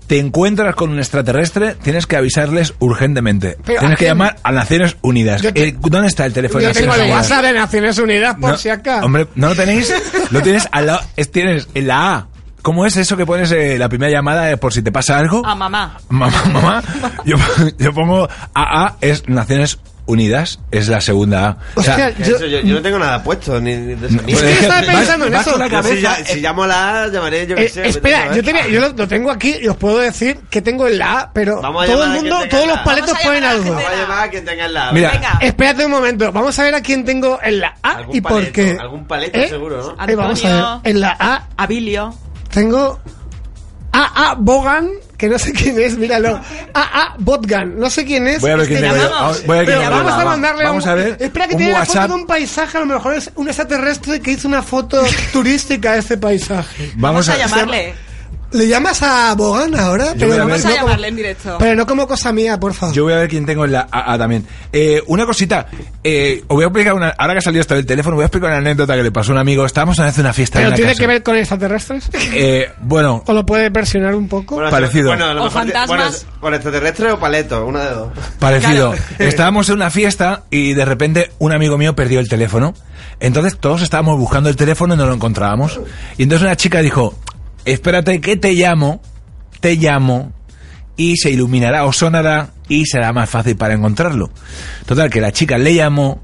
S5: te encuentras con un extraterrestre, tienes que avisarles urgentemente.
S4: Pero,
S5: tienes
S4: ¿a
S5: que
S4: quién?
S5: llamar a Naciones Unidas.
S4: Yo te-
S5: Eh, ¿Dónde está el teléfono
S4: Yo
S5: de
S4: tengo
S5: Naciones
S4: el
S5: Unidas?
S4: WhatsApp de Naciones Unidas por
S5: No,
S4: si acaso.
S5: Hombre, ¿no lo tenéis? Lo tienes al lado- es- tienes en la A. ¿Cómo es eso que pones eh, la primera llamada eh, por si te pasa algo?
S1: A mamá.
S5: Mamá, mamá. Yo, yo pongo AA es Naciones Unidas, es la segunda A. O sea,
S4: Hostia,
S6: Que
S4: yo-
S6: eso Yo, yo no tengo nada puesto. Ni, ni de eso, ni-
S5: pues
S4: que
S5: es
S4: estaba
S5: vas-
S4: pensando en
S5: vas
S4: eso.
S5: con la
S6: Yo si,
S5: cabeza,
S6: ya- si llamo a la A, llamaré yo que
S4: Eh,
S6: sé.
S4: espera,
S6: ¿sabes?
S4: yo, tenía- yo lo, lo tengo aquí y os puedo decir que tengo en la A, pero
S6: Vamos a
S4: todo el
S6: llamar a
S4: mundo,
S6: quien tenga
S4: todos los
S6: la A.
S4: paletos
S1: Vamos a
S4: ponen
S1: llamar a la
S4: algo.
S6: Vamos a llamar a quien tenga en la A.
S5: Mira,
S1: Venga.
S4: Espérate un momento, vamos a ver a quién tengo en la A
S6: Algún
S4: y por
S6: paleto,
S4: qué.
S6: algún paleto
S4: ¿Eh?
S6: seguro, ¿no?
S4: Eh, vamos a
S1: Antonio.
S4: ver. En la A
S1: Abilio.
S4: tengo a A Bogan, que no sé quién es, míralo. a A Botgan, no sé quién es.
S5: Voy a ver
S4: este,
S5: quién tengo yo.
S1: llamamos.
S5: Ah, voy a ver quién
S4: Pero
S5: tengo yo.
S4: vamos a mandarle
S5: Vamos
S4: un,
S5: a ver.
S4: Espera que
S5: un
S4: tiene la
S5: WhatsApp.
S4: foto de un paisaje, a lo mejor es un extraterrestre que hizo una foto turística de este paisaje.
S1: Vamos,
S5: Vamos
S1: a, llamarle.
S4: ¿Le llamas a Bogan ahora?
S5: Yo voy a
S4: no
S5: ver-
S1: Vamos
S4: como-
S1: a llamarle en directo.
S4: Pero no como cosa mía, por favor.
S5: Yo voy a ver quién tengo en la AA también. Eh, una cosita, eh, os voy a explicar una. Ahora que ha salido esto del teléfono, voy a explicar una anécdota que le pasó a un amigo. Estábamos una vez en una fiesta. en
S4: ¿Pero
S5: la
S4: tiene
S5: casa.
S4: que ver con extraterrestres? (laughs)
S5: Eh, bueno,
S4: ¿O lo puede versionar un poco?
S6: Bueno,
S5: Parecido.
S6: bueno, a lo
S1: O
S6: mejor-
S1: fantasmas.
S6: bueno, es- Bueno, extraterrestre o paleto, una de dos.
S5: Parecido.
S1: Claro.
S5: (laughs) Estábamos en una fiesta y de repente un amigo mío perdió el teléfono. Entonces todos estábamos buscando el teléfono y no lo encontrábamos. Y entonces una chica dijo, espérate que te llamo, te llamo y se iluminará o sonará y será más fácil para encontrarlo. Total, que la chica le llamó,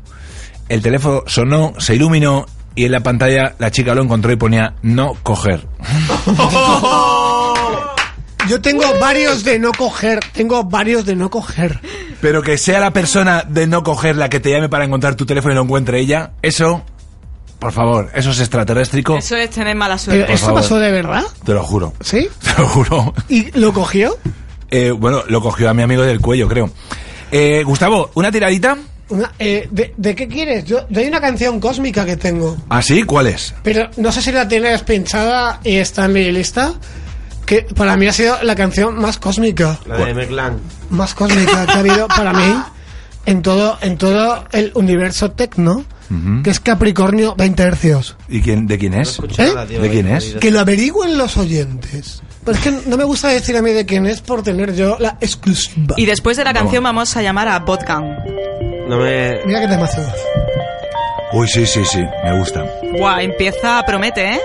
S5: el teléfono sonó, se iluminó y en la pantalla la chica lo encontró y ponía no coger.
S4: Yo tengo varios de no coger, tengo varios de no coger.
S5: Pero que sea la persona de no coger la que te llame para encontrar tu teléfono y lo encuentre ella, eso, por favor, eso es extraterrestrico.
S1: Eso es tener mala
S4: Pero
S1: suerte.
S5: Por
S4: Eh, ¿Esto
S5: favor.
S4: pasó de verdad?
S5: Te lo juro.
S4: ¿Sí?
S5: Te lo juro.
S4: ¿Y lo cogió?
S5: Eh, bueno, lo cogió a mi amigo del cuello, creo. Eh, Gustavo, ¿una tiradita?
S4: Una- eh, de, de qué quieres? Yo, yo hay una canción cósmica que tengo,
S5: ¿Así? ¿Ah, ¿Cuál es?
S4: pero no sé si la tienes pinchada y está en mi lista, que para mí ha sido la canción más cósmica,
S6: La de Meclan.
S5: ¿Eh?
S4: más cósmica que ha habido para mí en todo, en todo el universo tecno, que es Capricornio 20 hercios.
S5: ¿Y quién, de quién es?
S4: nada,
S5: ¿De quién es?
S4: Que lo averigüen los oyentes. Pero es que no me gusta decir a mí de quién es por tener yo la exclusiva.
S1: Y después de la canción vamos a llamar a Botcam.
S6: No me.
S4: Mira qué temazo.
S5: Uy, sí, sí, sí, me gusta.
S1: Buah, empieza, promete, ¿eh?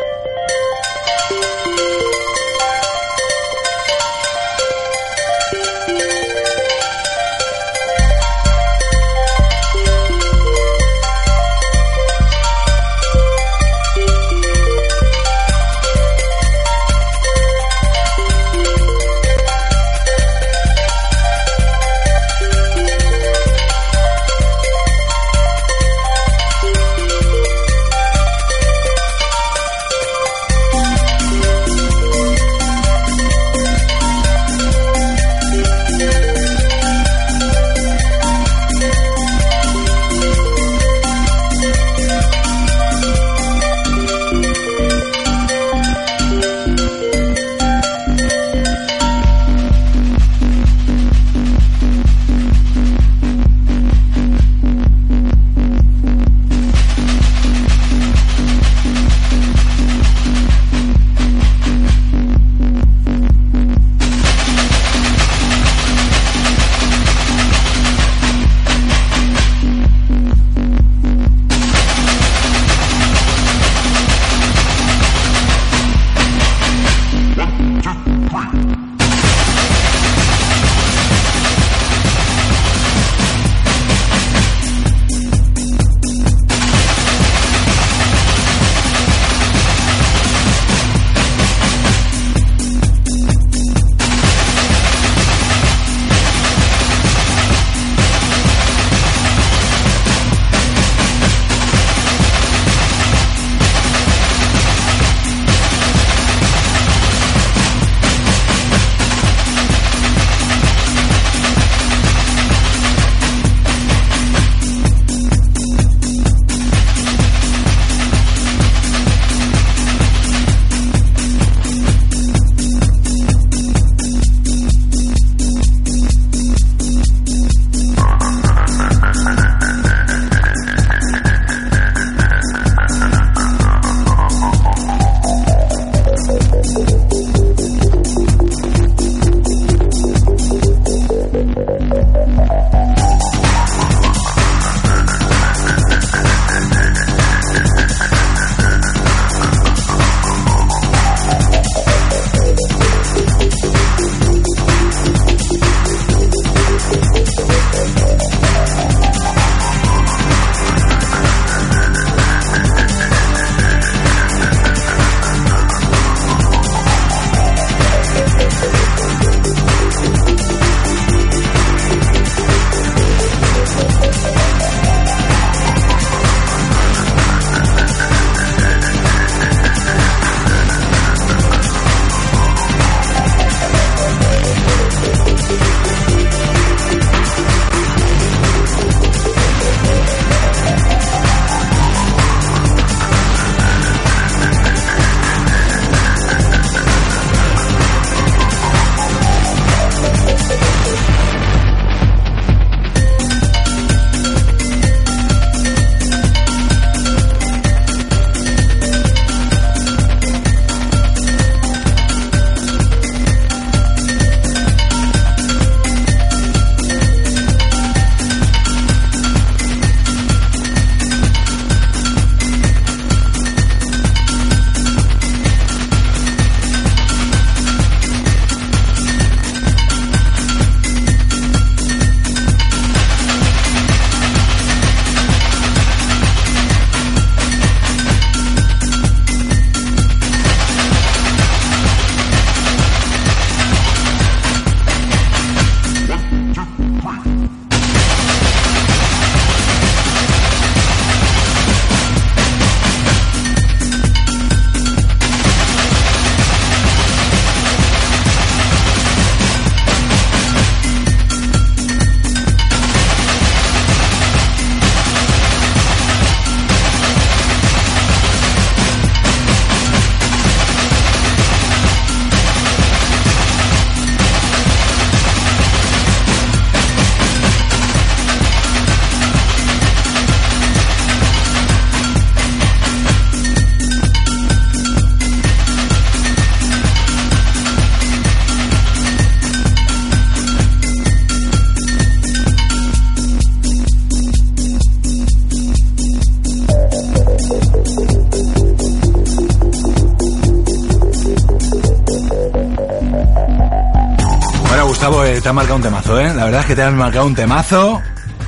S5: te has marcado un temazo, ¿eh? La verdad es que te has marcado un temazo.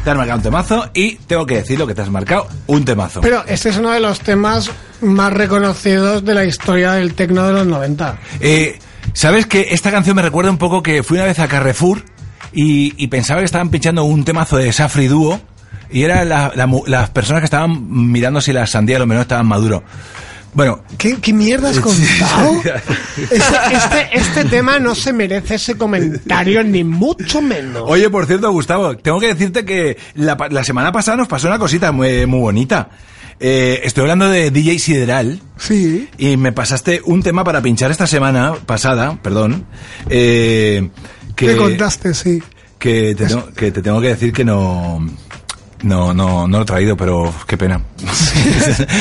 S5: Te has marcado un temazo y tengo que decir lo que te has marcado, un temazo.
S4: Pero este es uno de los temas más reconocidos de la historia del tecno de los 90.
S5: Eh, ¿Sabes que esta canción me recuerda un poco que fui una vez a Carrefour y, y pensaba que estaban pinchando un temazo de Safri Duo y eran las personas que estaban mirando si las sandías lo menos estaban maduros. Bueno,
S4: ¿Qué, qué mierda
S5: (laughs)
S4: has contado? Este, este- este tema no se merece ese comentario, ni mucho menos.
S5: Oye, por cierto, Gustavo, tengo que decirte que la, pa- la semana pasada nos pasó una cosita muy, muy bonita. Eh, estoy hablando de DJ Sideral.
S4: Sí.
S5: Y me pasaste un tema para pinchar esta semana pasada, perdón. eh, que,
S4: ¿Qué contaste? Sí.
S5: Que te, tengo, que te tengo que decir que no. No, no, no lo he traído, pero qué pena.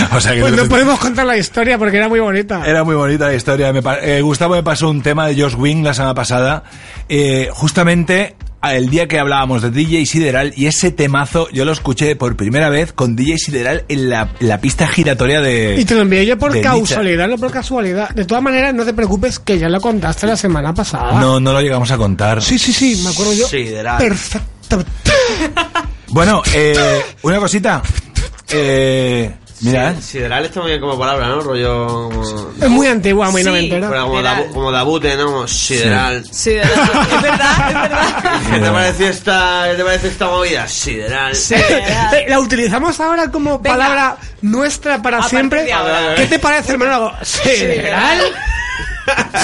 S5: (laughs) o sea que
S4: Pues
S5: no
S4: no
S5: te-
S4: podemos contar la historia porque era muy bonita.
S5: era muy bonita la historia. Me pa- eh, Gustavo me pasó un tema de Josh Wing la semana pasada. eh, justamente a- el día que hablábamos de DJ Sideral y ese temazo yo lo escuché por primera vez con DJ Sideral en la, la pista giratoria de...
S4: Y te lo envié yo por
S5: de
S4: causalidad, no por casualidad. De todas maneras, no te preocupes que ya lo contaste la semana pasada.
S5: Nicha. No, no lo llegamos a contar. Ah.
S4: Sí, sí, sí, me acuerdo yo.
S6: Sideral.
S4: Perfecto.
S5: Bueno, eh, una cosita. Eh, mira,
S6: Sí, Sideral está muy bien como palabra, ¿no? Rollo. como-
S4: Es muy antigua, muy
S1: Sí.
S4: noventera.
S6: Pero
S4: (laughs)
S6: como,
S1: Sideral.
S6: dabu- como Dabute, ¿no? Como Sideral.
S1: Sí, de verdad, es verdad, es (laughs) verdad.
S6: ¿Qué te parece esta, qué te parece esta movida? Sideral.
S1: Sideral.
S4: Eh, La utilizamos ahora como
S1: Venga.
S4: palabra nuestra para
S1: partir
S4: siempre.
S1: de ahora.
S4: ¿Qué te parece, hermano? Sideral.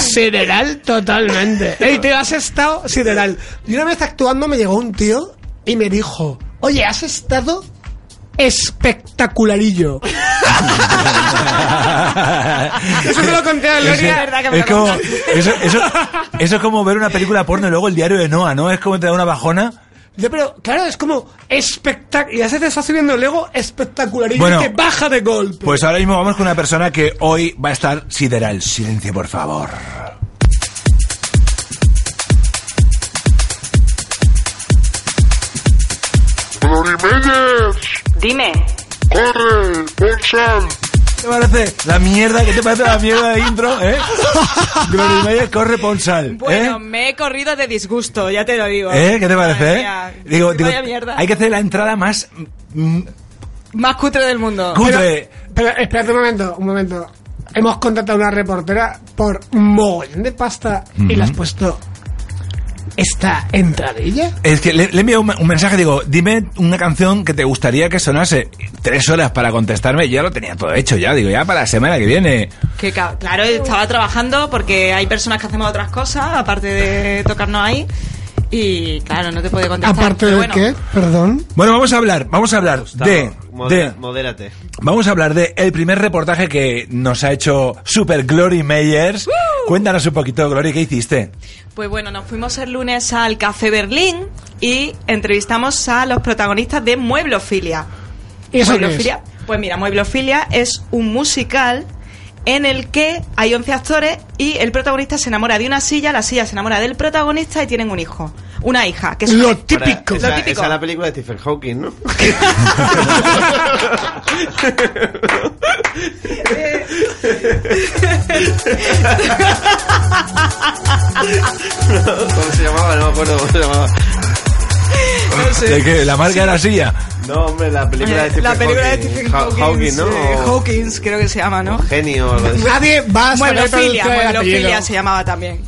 S4: Sideral, totalmente. Ey, tío, has estado sideral. Y una vez actuando me llegó un tío y me dijo, oye, has estado
S1: (laughs)
S4: espectacularillo.
S5: (laughs)
S4: Eso me lo conté a
S5: Eso-
S4: Gloria.
S5: es como, eso,
S1: (laughs)
S5: eso- eso es como ver una película porno y luego el diario de Noah, ¿no? Es como te da una bajona.
S4: Ya, pero claro, es como espectac... Y a veces estás subiendo el ego espectacularillo
S5: Bueno,
S4: y te baja de golpe.
S5: Pues ahora mismo vamos con una persona que hoy va a estar sideral. Silencio, por favor.
S7: Floriméndez,
S8: Dime,
S7: corre, bolsal.
S5: ¿Qué te parece la mierda? ¿Qué te parece la mierda de intro, eh? Gloria Mayer corre Ponsal, ¿eh?
S1: Bueno, me he corrido de disgusto, ya te lo digo.
S5: ¿Eh? ¿Qué te parece,
S1: Madre
S5: eh?
S1: mía,
S5: Digo, digo,
S1: vaya mierda.
S5: hay que hacer la entrada más mm,
S1: Más cutre del mundo.
S5: cutre.
S4: Pero espérate un momento, un momento. Hemos contratado a una reportera por un mogollón de pasta y le has puesto esta entradilla.
S5: Es que le, le envío un, un mensaje, digo, dime una canción que te gustaría que sonase. Tres horas para contestarme, ya lo tenía todo hecho, ya, digo, ya para la semana que viene.
S1: Que ca- claro, estaba trabajando porque hay personas que hacemos otras cosas, aparte de tocarnos ahí. Y claro, no te puede contestar.
S4: Aparte
S1: pero
S4: de
S1: bueno.
S4: qué, perdón.
S5: Bueno, vamos a hablar, vamos a hablar
S6: Gustavo,
S5: de,
S6: mode-
S5: de-
S6: Modérate.
S5: Vamos a hablar de el primer reportaje que nos ha hecho Super Glory Meyers. Cuéntanos un poquito, Glory, ¿qué hiciste?
S1: Pues bueno, nos fuimos el lunes al Café Berlín y entrevistamos a los protagonistas de Mueblofilia.
S4: ¿Y eso qué es?
S1: Mueblofilia, Pues mira, Mueblofilia es un musical en el que hay 11 actores y el protagonista se enamora de una silla, la silla se enamora del protagonista y tienen un hijo, una hija, que es
S4: Lo
S1: una-
S4: típico.
S6: Esa,
S1: Lo típico.
S6: esa es la película de Stephen Hawking, ¿no? (laughs) ¿Cómo se llamaba? No me acuerdo cómo se llamaba.
S5: ¿De qué? ¿La marca de la silla?
S6: No, hombre, la película de
S1: Eh,
S6: Stephen
S1: la película de
S6: Hawking.
S1: Stephen
S6: Ha-
S1: Hawking,
S6: Hawking, ¿no?
S1: eh,
S6: O
S1: Hawkins, creo que se llama, ¿no?
S6: Genio o algo de eso.
S4: Nadie va a saber
S1: Mueblofilia,
S4: pronunciar el
S1: mueblofilia
S4: apellido.
S1: se llamaba también.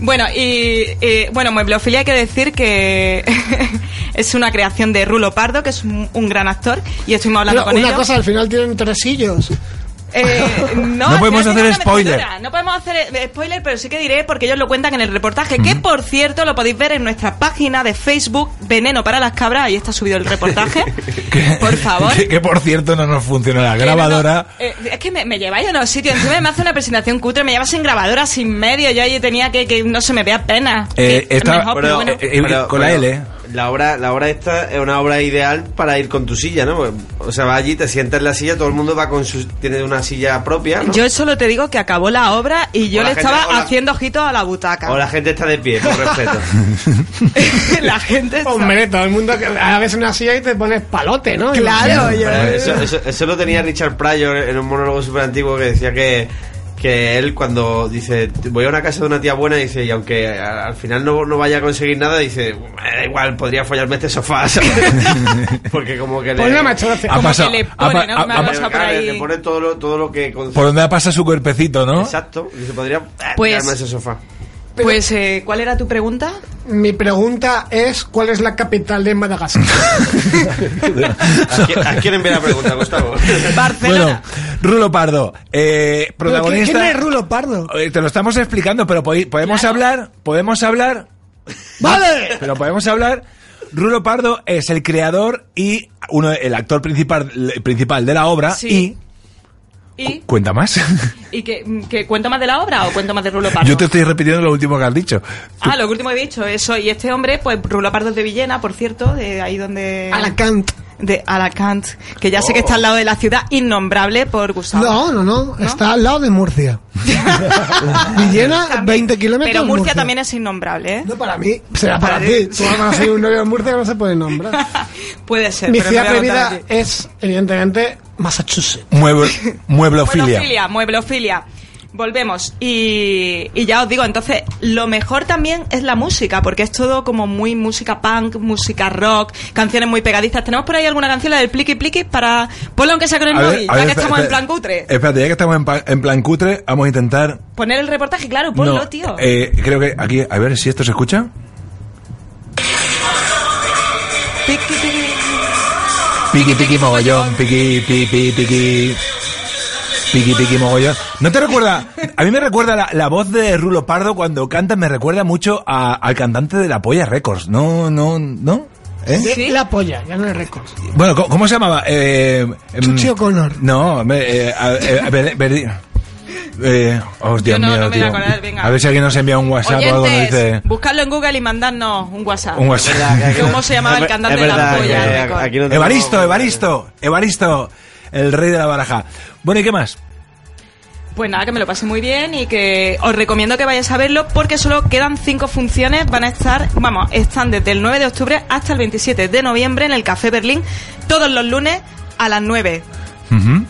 S1: Bueno, y eh, bueno, Mueblofilia hay que decir que (laughs) es una creación de Rulo Pardo, que es un, un gran actor, y estuvimos hablando
S4: Pero
S1: con
S4: una
S1: ellos.
S4: cosa, al final tienen tres hillos. (laughs)
S1: Eh, no,
S5: No
S1: al
S5: podemos
S1: final
S5: hacer
S1: tiene una
S5: spoiler.
S1: mezcladura. No podemos hacer eh, spoiler, pero sí que diré porque ellos lo cuentan en el reportaje, que por cierto lo podéis ver en nuestra página de Facebook, Veneno para las Cabras, ahí está subido
S4: (laughs)
S1: el reportaje. por favor.
S5: (laughs) Que, que, por cierto no nos funciona la
S1: Que no, no,
S5: grabadora.
S1: eh, es que me, me lleváis a unos sitios. Encima me hace una presentación cutre, me llevas sin grabadora, sin medio. Yo ahí tenía que, que no se me vea pena.
S5: Eh,
S1: Que
S5: esta-
S1: mejor,
S5: pero,
S1: pero bueno.
S5: eh, eh, con la L.
S6: La obra, la obra esta es una obra ideal para ir con tu silla, ¿no? O sea, vas allí, te sientas en la silla, todo el mundo va con su... Tiene una silla propia, ¿no?
S1: Yo solo te digo que acabó la obra y yo
S6: O la
S1: le
S6: gente-
S1: estaba
S6: o la-
S1: haciendo ojitos a la butaca.
S6: O la gente está de pie, por respeto.
S1: (laughs) la gente está-
S4: Hombre, todo el mundo que a veces una silla y te pones palote, ¿no?
S1: Claro, yo-
S6: Pero eso, eso- eso lo tenía Richard Pryor en un monólogo súper antiguo que decía que, que él cuando dice, voy a una casa de una tía buena, dice, y aunque a- al final no, no vaya a conseguir nada, dice, "Me da igual, podría follarme este sofá,
S5: (laughs)
S6: ¿sabes? Porque como que
S4: Pues
S6: le...
S4: no me ha hecho gracia.
S1: Ah.
S5: Ha
S4: Como-
S5: pasado.
S1: le
S5: ha pa-
S1: pone, ¿no?
S5: ha-
S6: le-
S1: Una
S5: ha-
S1: cosa por
S6: claro,
S1: ahí.
S6: le pone todo lo, todo lo que... con-
S5: por donde pasa su cuerpecito, ¿no? (laughs)
S6: Exacto. Dice, podría eh,
S1: Pues-
S6: tirarme ese sofá.
S1: Pues, eh, ¿cuál era tu pregunta?
S4: Mi pregunta es: ¿cuál es la capital de Madagascar?
S6: ¿A quién- a quién envía la pregunta,
S1: (laughs)
S6: Gustavo?
S5: Bueno,
S1: Barcelona.
S5: Rulo Pardo, eh,
S4: Pero, ¿quién-
S5: protagonista.
S4: ¿Quién es Rulo Pardo?
S5: Eh, Te lo estamos explicando, pero podi- podemos
S1: Claro.
S5: hablar, podemos hablar,
S4: ¡Vale!
S5: pero podemos hablar. Rulo Pardo es el creador y uno, el actor principal, principal de la obra y
S1: Sí. ¿Y,
S5: cuenta más.
S1: y que, que cuento más de la obra o cuento más de Rulo Pardo?
S5: Yo te estoy repitiendo lo último que has dicho.
S1: Ah, lo último que he dicho, eso. Y este hombre, pues Rulo Pardo es de Villena, por cierto, de ahí donde...
S4: Alacant.
S1: De Alacant, que ya sé que está al lado de la ciudad innombrable por Gustavo.
S4: No, no, no, Está al lado de
S1: (laughs)
S4: Murcia. Villena, 20 kilómetros.
S1: Pero Murcia, también es innombrable, ¿eh?
S4: No para mí, será para,
S1: Para
S4: ti.
S1: ti.
S4: Tú vas a ser un novio de Murcia que no se puede nombrar.
S1: Puede ser.
S4: Mi
S1: pero no
S4: ciudad
S1: voy a contar
S4: preferida
S1: aquí.
S4: es, evidentemente, Massachusetts.
S5: Mueble, mueblofilia.
S1: Mueblofilia, mueblofilia. Volvemos. Y, y ya os digo, entonces, lo mejor también es la música, porque es todo como muy música punk, música rock, canciones muy pegadizas. Tenemos por ahí alguna canción, la del Pliqui Pliqui, para. Ponla aunque sea con el
S5: A ver,
S1: móvil,
S5: a
S1: ya
S5: ver,
S1: que
S5: espera,
S1: estamos en
S5: espera. eh,
S1: plan cutre.
S5: Espérate, ya que estamos en, pa- en plan cutre, vamos a intentar.
S1: Poner el reportaje, claro, ponlo,
S5: no,
S1: tío.
S5: eh, creo que aquí, a ver si esto se escucha.
S1: Pliqui, pliqui.
S5: Piqui, piqui, mogollón, piqui, piqui, piqui. Piqui, piqui, mogollón. ¿No te recuerda? A mí me recuerda la, la voz de Rulo Pardo cuando canta, me recuerda mucho a- al cantante de La Polla Records. No, no, no. ¿Eh?
S1: ¿Sí?
S4: La polla, ya no es récord.
S5: Bueno, ¿cómo, cómo se llamaba? Eh, em,
S4: Chuchi O'Connor.
S5: No, me, eh, a- eh, a ver, ver- eh, oh, Dios
S1: Yo no-
S5: mío,
S1: no me voy
S5: tío.
S1: a acordar, venga.
S5: A ver si alguien nos envía un WhatsApp o algo nos dice.
S1: Oyentes, buscadlo en Google y mandadnos un WhatsApp.
S5: Un WhatsApp.
S1: ¿Cómo se llamaba el
S6: Es ver-
S1: cantante
S6: es
S1: de la
S6: verdad
S1: polla?
S6: que
S1: Record?
S6: aquí no tenemos-
S5: Evaristo, Evaristo, Evaristo, el rey de la baraja. Bueno, ¿y qué más?
S1: Pues nada, que me lo pasé muy bien y que os recomiendo que vayáis a verlo porque solo quedan cinco funciones. Van a estar, vamos, están desde el 9 de octubre hasta el 27 de noviembre en el Café Berlín, todos los lunes a las 9.
S5: Ujú.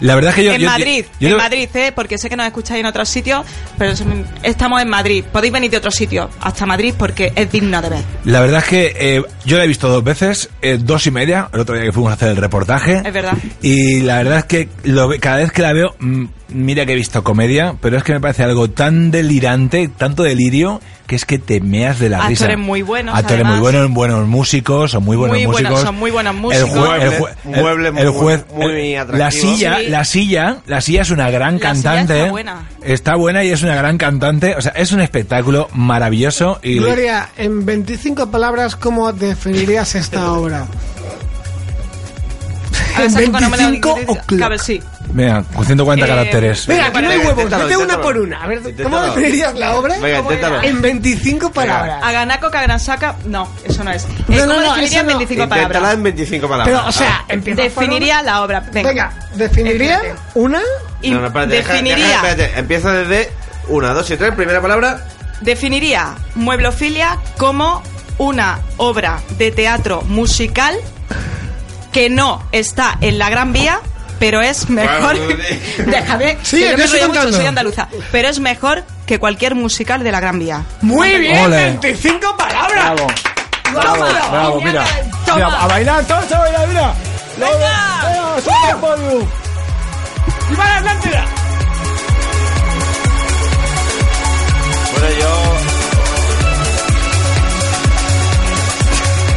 S5: La verdad es que yo.
S1: en
S5: yo-
S1: Madrid,
S5: yo-
S1: en
S5: yo-
S1: Madrid, ¿eh? porque sé que nos escucháis en otros sitios, pero es- estamos en Madrid. Podéis venir de otro sitio hasta Madrid porque es digno de ver.
S5: La verdad es que eh, yo la he visto dos veces, eh, dos y media, el otro día que fuimos a hacer el reportaje.
S1: Es verdad.
S5: Y la verdad es que lo ve- cada vez que la veo, mm, mira que he visto comedia, pero es que me parece algo tan delirante, tanto delirio, que es que te meas de la
S1: Actores
S5: risa.
S1: muy buenos,
S5: Actores muy
S1: además.
S5: buenos, buenos músicos, son muy buenos
S1: Muy buenos,
S5: músicos.
S1: son muy buenos
S5: El,
S1: músicos.
S5: jue- el jue-
S6: Muebles- muebles
S5: el- el
S6: muy-
S5: juez,
S6: muy
S5: el- la
S6: atractivos.
S5: silla,
S1: Sí.
S5: la silla, la silla es una gran
S1: La silla
S5: cantante.
S1: está buena.
S5: Está buena y es una gran cantante. O sea, es un espectáculo maravilloso y
S4: Gloria, en 25 palabras, ¿cómo definirías
S1: (laughs)
S4: esta obra?
S1: A ver, saco con
S4: 25
S1: número de-
S4: o'clock.
S1: Claro, sí.
S5: Mira, con 140
S1: Eh,
S5: caracteres.
S4: Mira, aquí no hay
S6: Venga,
S4: huevos,
S6: inténtalo,
S4: vete una
S6: inténtalo.
S4: por una. A ver, ¿cómo
S6: Inténtalo.
S4: definirías la obra?
S6: Venga,
S1: ¿Cómo
S6: inténtalo.
S1: era?
S4: En 25
S1: A
S4: palabras.
S1: Ganaco, Saca, no, eso no es. Eh,
S4: No, no,
S1: ¿Cómo
S4: no,
S1: definiría
S4: eso no.
S1: 25
S6: Inténtala
S1: palabras?
S6: en 25 palabras.
S4: Pero, o
S1: ah,
S4: sea, empieza
S1: Definiría la obra.
S4: por-
S1: Venga.
S4: Venga, definiría una.
S1: Y
S6: No, no, espérate, deja-
S1: definiría,
S6: deja- espérate, Empieza desde 1, 2 y 3. Primera palabra.
S1: definiría Mueblofilia como una obra de teatro musical que no está en la Gran Vía, pero es mejor. (laughs)
S6: Bueno,
S1: Déjame,
S4: Sí,
S1: que yo
S4: yo
S1: me
S4: estoy
S1: enrollo mucho,
S4: contando.
S1: soy andaluza. Pero es mejor que cualquier musical de la Gran Vía.
S4: Muy bien,
S5: Ole.
S4: 25 palabras.
S5: Bravo,
S1: Toma,
S5: bravo, mira.
S1: Toma.
S5: Mira, a bailar, todos a bailar, mira. La-
S1: Venga.
S5: eh, sube al podio.
S4: ¡Y para Atlántida!
S6: Bueno, yo.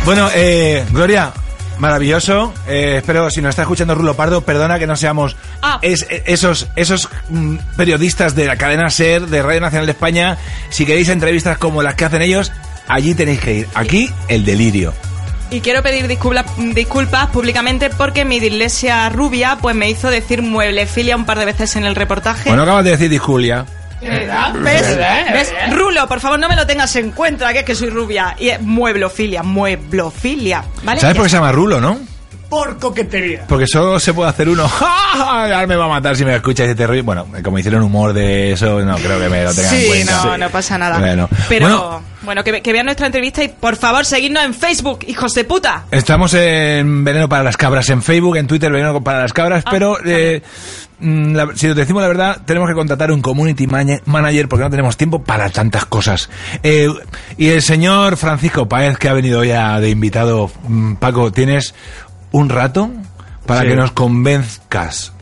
S5: Bueno, eh, Gloria, maravilloso. Eh, espero, si nos está escuchando Rulo Pardo, perdona que no seamos
S1: Ah.
S5: es- eh, esos, esos mm, periodistas de la cadena SER, de Radio Nacional de España. Si queréis entrevistas como las que hacen ellos, allí tenéis que ir. Aquí, el delirio.
S1: Y quiero pedir disculpa- disculpas públicamente porque mi dislexia rubia pues me hizo decir mueblefilia un par de veces en el reportaje.
S5: Bueno, acabas de decir disculia.
S1: ¿Ves? ¿Ves? Rulo, por favor, no me lo tengas en cuenta, que es que soy rubia. Y es mueblofilia, mueblofilia. ¿Vale?
S5: ¿Sabes
S1: Ya
S5: por qué se llama Rulo, no?
S4: por coquetería.
S5: Porque solo se puede hacer uno. (laughs) ¡Ja, ja! Ahora me va a matar si me escucha ese terror. Bueno, como hicieron humor de eso, no creo que me lo tengan en
S1: Sí,
S5: cuenta.
S1: no, no pasa nada.
S5: Bueno.
S1: Pero
S5: Bueno.
S1: bueno, que, ve- que vean nuestra entrevista y por favor seguidnos en Facebook, hijos de puta.
S5: Estamos en Veneno para las Cabras en Facebook, en Twitter Veneno para las Cabras,
S1: Ah,
S5: pero eh, mm, la- si os decimos la verdad, tenemos que contratar un community mañe- manager porque no tenemos tiempo para tantas cosas. Eh, y el señor Francisco Páez, que ha venido ya de invitado, mm, Paco, tienes un rato para
S6: Sí.
S5: que nos convenzcas.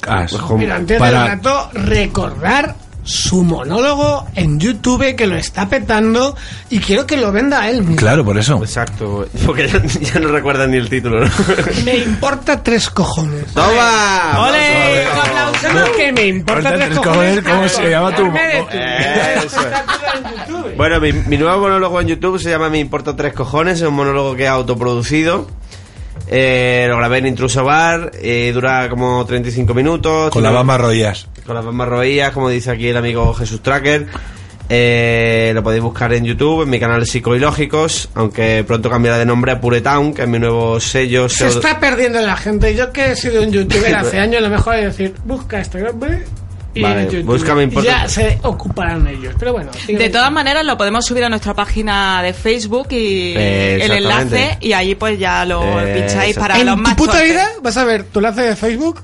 S5: Cas.
S6: Ojo.
S4: Pero antes
S5: Para-
S4: del este rato, recordar su monólogo en YouTube que lo está petando y quiero que lo venda él.
S5: Claro, por
S6: Pues
S5: eso.
S6: Exacto, (laughs) porque ya, ya no recuerdan ni el
S1: (laughs)
S6: título. ¿no?
S4: Me importa tres cojones.
S6: ¡Toma!
S1: ¡Ole!
S6: Vamos, vamos.
S1: ¡Un aplauso!
S4: ¿Cómo que me importa
S5: Ahorita
S4: tres,
S5: tres
S4: cojones?
S5: cojones, ¿cómo se llama tu-
S4: Acordarme de tu-
S6: Eso.
S4: Está todo en
S1: (laughs)
S4: YouTube.
S6: Bueno, mi, mi nuevo monólogo en YouTube se llama Me importa tres cojones, es un monólogo que he autoproducido. Eh, lo grabé en Intruso Bar, eh, dura como 35 minutos.
S5: Con la
S6: Tiene-
S5: bamba rodillas.
S6: Con las bambas roídas, como dice aquí el amigo Jesús Tracker. Eh, lo podéis buscar en YouTube, en mi canal Psicoilógicos, aunque pronto cambiará de nombre a Puretown, que es mi nuevo sello.
S4: Se
S6: pseudo-
S4: está perdiendo la gente. Yo que he sido un youtuber hace años, lo mejor es decir, busca este nombre y
S6: Vale,
S4: YouTube.
S6: búscame, importa.
S4: Ya se ocuparán ellos. Pero bueno,
S1: De todas maneras, lo podemos subir a nuestra página de Facebook y
S6: Eh,
S1: el
S6: exactamente.
S1: enlace, y ahí pues ya lo
S6: Eh,
S1: pincháis
S6: exacto.
S1: para los
S4: en
S1: más
S4: tu puta
S1: torpes.
S4: vida vas a ver tu enlace de Facebook,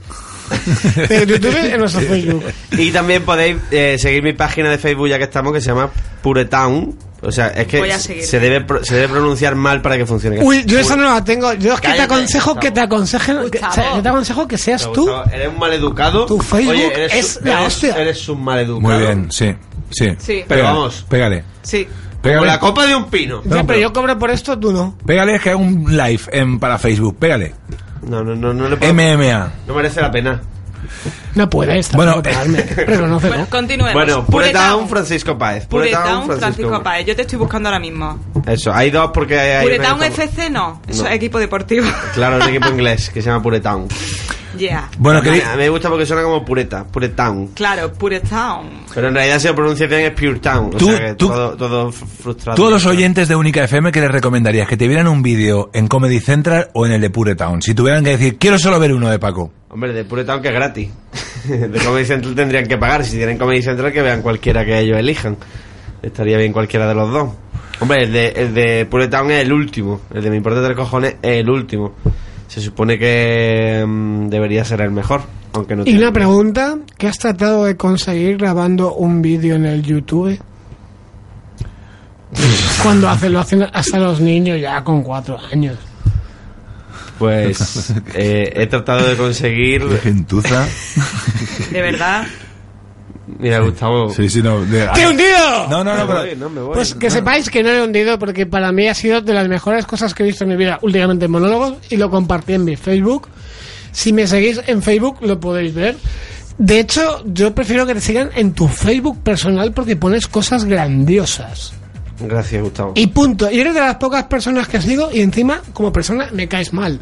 S4: de YouTube en nuestro Facebook.
S6: Y también podéis eh, seguir mi página de Facebook, ya que estamos, que se llama Puretown. O sea, es
S1: Voy
S6: que
S1: a seguir.
S6: se debe, pro- se debe pronunciar mal para que funcione.
S4: Uy, yo esa no la tengo. Yo es que te
S6: Cállate,
S4: aconsejo
S6: Gustavo.
S4: que te aconsejen. que- o sea, yo te aconsejo que seas
S6: Gustavo,
S4: tú.
S6: Eres un maleducado.
S4: Tu Facebook
S6: Oye, eres,
S4: es
S6: su-
S4: la
S6: eres-
S4: hostia.
S6: Eres un maleducado.
S5: Muy bien, sí. Sí.
S1: Sí.
S6: Pero
S5: Pégale,
S6: vamos.
S5: Pégale.
S1: Sí.
S6: Como
S5: Pégale.
S6: la copa de un pino.
S5: No,
S4: Ya, pero
S5: pero-
S4: yo cobro por esto, tú no.
S5: Pégale, es que hago un live en, para Facebook. Pégale.
S6: No, no, no, no le puedo-
S5: MMA.
S6: No merece la pena.
S4: No puedes.
S5: Bueno,
S4: tampoco pagarme. pero no
S1: Bueno, continuemos.
S6: Bueno, Puretown, Francisco Páez.
S1: Puretown, Francisco Paez. Yo te estoy buscando ahora mismo.
S6: Eso, hay dos porque hay... hay
S1: Puretown
S6: una-
S1: FC no, eso
S6: No.
S1: es equipo deportivo.
S6: Claro, es un equipo inglés que se
S5: (laughs)
S6: llama Puretown.
S1: Yeah.
S5: Bueno, queréis.
S6: me, me gusta porque suena como pureta, Puretown.
S1: Claro, Puretown.
S6: Pero en realidad si lo pronuncia bien es Pure Town. O
S5: Tú-
S6: sea que
S5: tú-
S6: todo, todo f- frustrado.
S5: Todos los oyentes de Única FM, ¿qué les recomendarías? ¿Que te vieran un vídeo en Comedy Central o en el de Pure Town? Si tuvieran que decir, quiero solo ver uno de Paco.
S6: Hombre, de Puretown que es gratis. (laughs) De Comedy Central tendrían que pagar. Si tienen Comedy Central que vean cualquiera que ellos elijan. Estaría bien cualquiera de los dos. Hombre, el de, el de Puretown es el último. El de Me importa tres cojones es el último. Se supone que mm, debería ser el mejor. Aunque no
S4: Y
S6: tiene-
S4: una pregunta: ¿qué has tratado de conseguir grabando un vídeo en el YouTube? Cuando hacen, lo hacen hasta los niños ya con cuatro años.
S5: (laughs)
S6: Pues eh, he tratado de conseguir.
S5: Gentuza.
S1: De verdad.
S6: Mira, Gustavo.
S5: Sí, sí, no. de-
S4: ¡Te he hundido!
S5: No, no,
S6: Me
S5: no,
S6: voy,
S5: pero.
S6: no me voy.
S4: Pues que sepáis que no lo he hundido porque para mí ha sido de las mejores cosas que he visto en mi vida últimamente en monólogos y lo compartí en mi Facebook. Si me seguís en Facebook lo podéis ver. De hecho, yo prefiero que te sigan en tu Facebook personal porque pones cosas grandiosas.
S6: Gracias, Gustavo.
S4: Y punto. Y eres de las pocas personas que sigo y encima como persona me caes mal.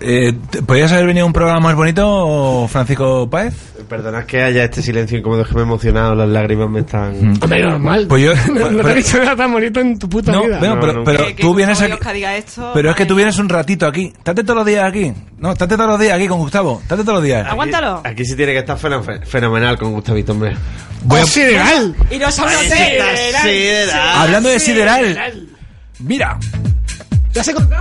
S5: Eh, ¿te- ¿Podrías haber venido a un programa más bonito, Francisco Páez?
S6: Perdonad que haya este silencio incómodo, es que me he emocionado, las lágrimas me están.
S4: Hombre, normal.
S5: Pues yo-
S4: (laughs) no, no te
S5: pero-
S4: he dicho nada tan bonito en tu puta
S5: No,
S4: vida.
S5: bueno,
S6: No,
S5: pero, (laughs)
S6: no.
S5: pero
S1: Que- que
S5: tú vienes
S1: Gustavo
S5: aquí.
S1: Diosca diga esto,
S5: Pero es que
S1: madre
S5: tú
S1: mía.
S5: vienes un ratito aquí. Estate todos los días aquí. No, estate todos los días aquí con Gustavo. Estate todos los días.
S1: Aguántalo.
S6: Aquí sí tiene que estar fenomen- fenomenal con Gustavito, hombre.
S5: Voy a-
S4: Consideral.
S1: Y no sabes
S6: Sí, da, sí, Ah, da.
S5: Ah, Hablando de sideral. Mira.
S4: Ya se contaba.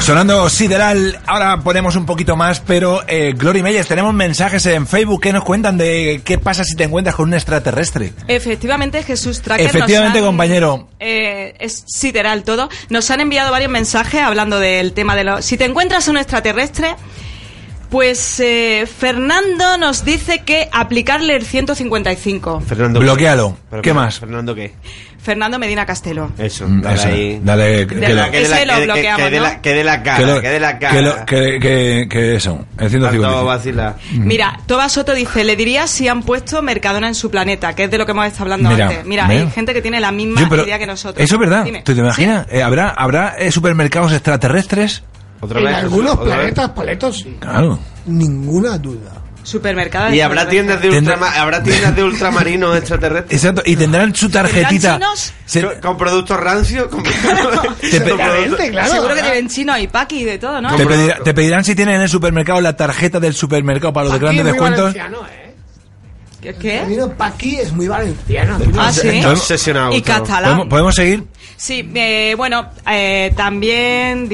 S5: Sonando sideral, ahora ponemos un poquito más, pero eh, Glory Meyers, tenemos mensajes en Facebook que nos cuentan de qué pasa si te encuentras con un extraterrestre.
S1: Efectivamente, Jesús Tracker. nos
S5: Efectivamente,
S1: han-
S5: compañero.
S1: eh, es sideral todo. Nos han enviado varios mensajes hablando del tema de los. Si te encuentras un extraterrestre. Pues eh, Fernando nos dice que aplicarle el 155.
S6: Fernando.
S5: Bloquealo.
S6: Pero,
S5: ¿Qué
S6: pero,
S5: más?
S6: Fernando, ¿qué?
S1: Fernando Medina Castelo.
S6: Eso,
S5: Mm,
S6: dale
S5: eso,
S6: ahí.
S5: dale, que-
S1: De
S5: que
S1: la-
S5: lo-
S6: Que de la-
S1: Ese lo
S6: que- que-
S1: bloqueamos,
S6: que de la-
S1: ¿no?
S6: que de la
S5: que lo-
S6: cara, que de la
S5: que lo-
S6: cara.
S5: que- que- que eso, el
S6: Tanto
S5: 155.
S6: vacila.
S1: Mira, Toba Soto dice, le diría si han puesto Mercadona en su planeta, que es de lo que hemos estado hablando
S5: Mira,
S1: antes. Mira,
S5: mira.
S1: hay gente que tiene la misma
S5: Yo, pero
S1: idea que nosotros.
S5: Eso es verdad.
S1: Dime.
S5: ¿Tú te imaginas? Eh, ¿Habrá, habrá eh, supermercados extraterrestres?
S6: Otra
S4: En
S6: vez,
S4: algunos
S6: otra vez.
S4: planetas, paletos, sí.
S5: Claro.
S4: Ninguna duda.
S1: Supermercado.
S6: Y habrá tiendas de
S5: Tendrá-
S6: ultrama- habrá tiendas
S5: (laughs)
S6: de ultramarinos extraterrestres.
S5: Exacto. Y tendrán su tarjetita.
S1: chinos?
S5: Se-
S6: Con productos rancios, con, con productos-
S4: Gente, claro.
S1: Seguro que tienen chino y paqui y de todo, ¿no?
S5: te, pedirá- te pedirán si tienen en el supermercado la tarjeta del supermercado para los de
S4: Paqui
S5: grandes
S4: es muy
S5: descuentos.
S4: valenciano, ¿eh?
S1: ¿Qué?
S4: El
S1: qué?
S4: vino Paqui es muy valenciano.
S1: Ah, sí.
S5: Está
S6: obsesionado,
S1: Y
S6: Gustavo.
S1: catalán.
S5: ¿Podemos, podemos seguir?
S1: Sí, eh, bueno, eh, también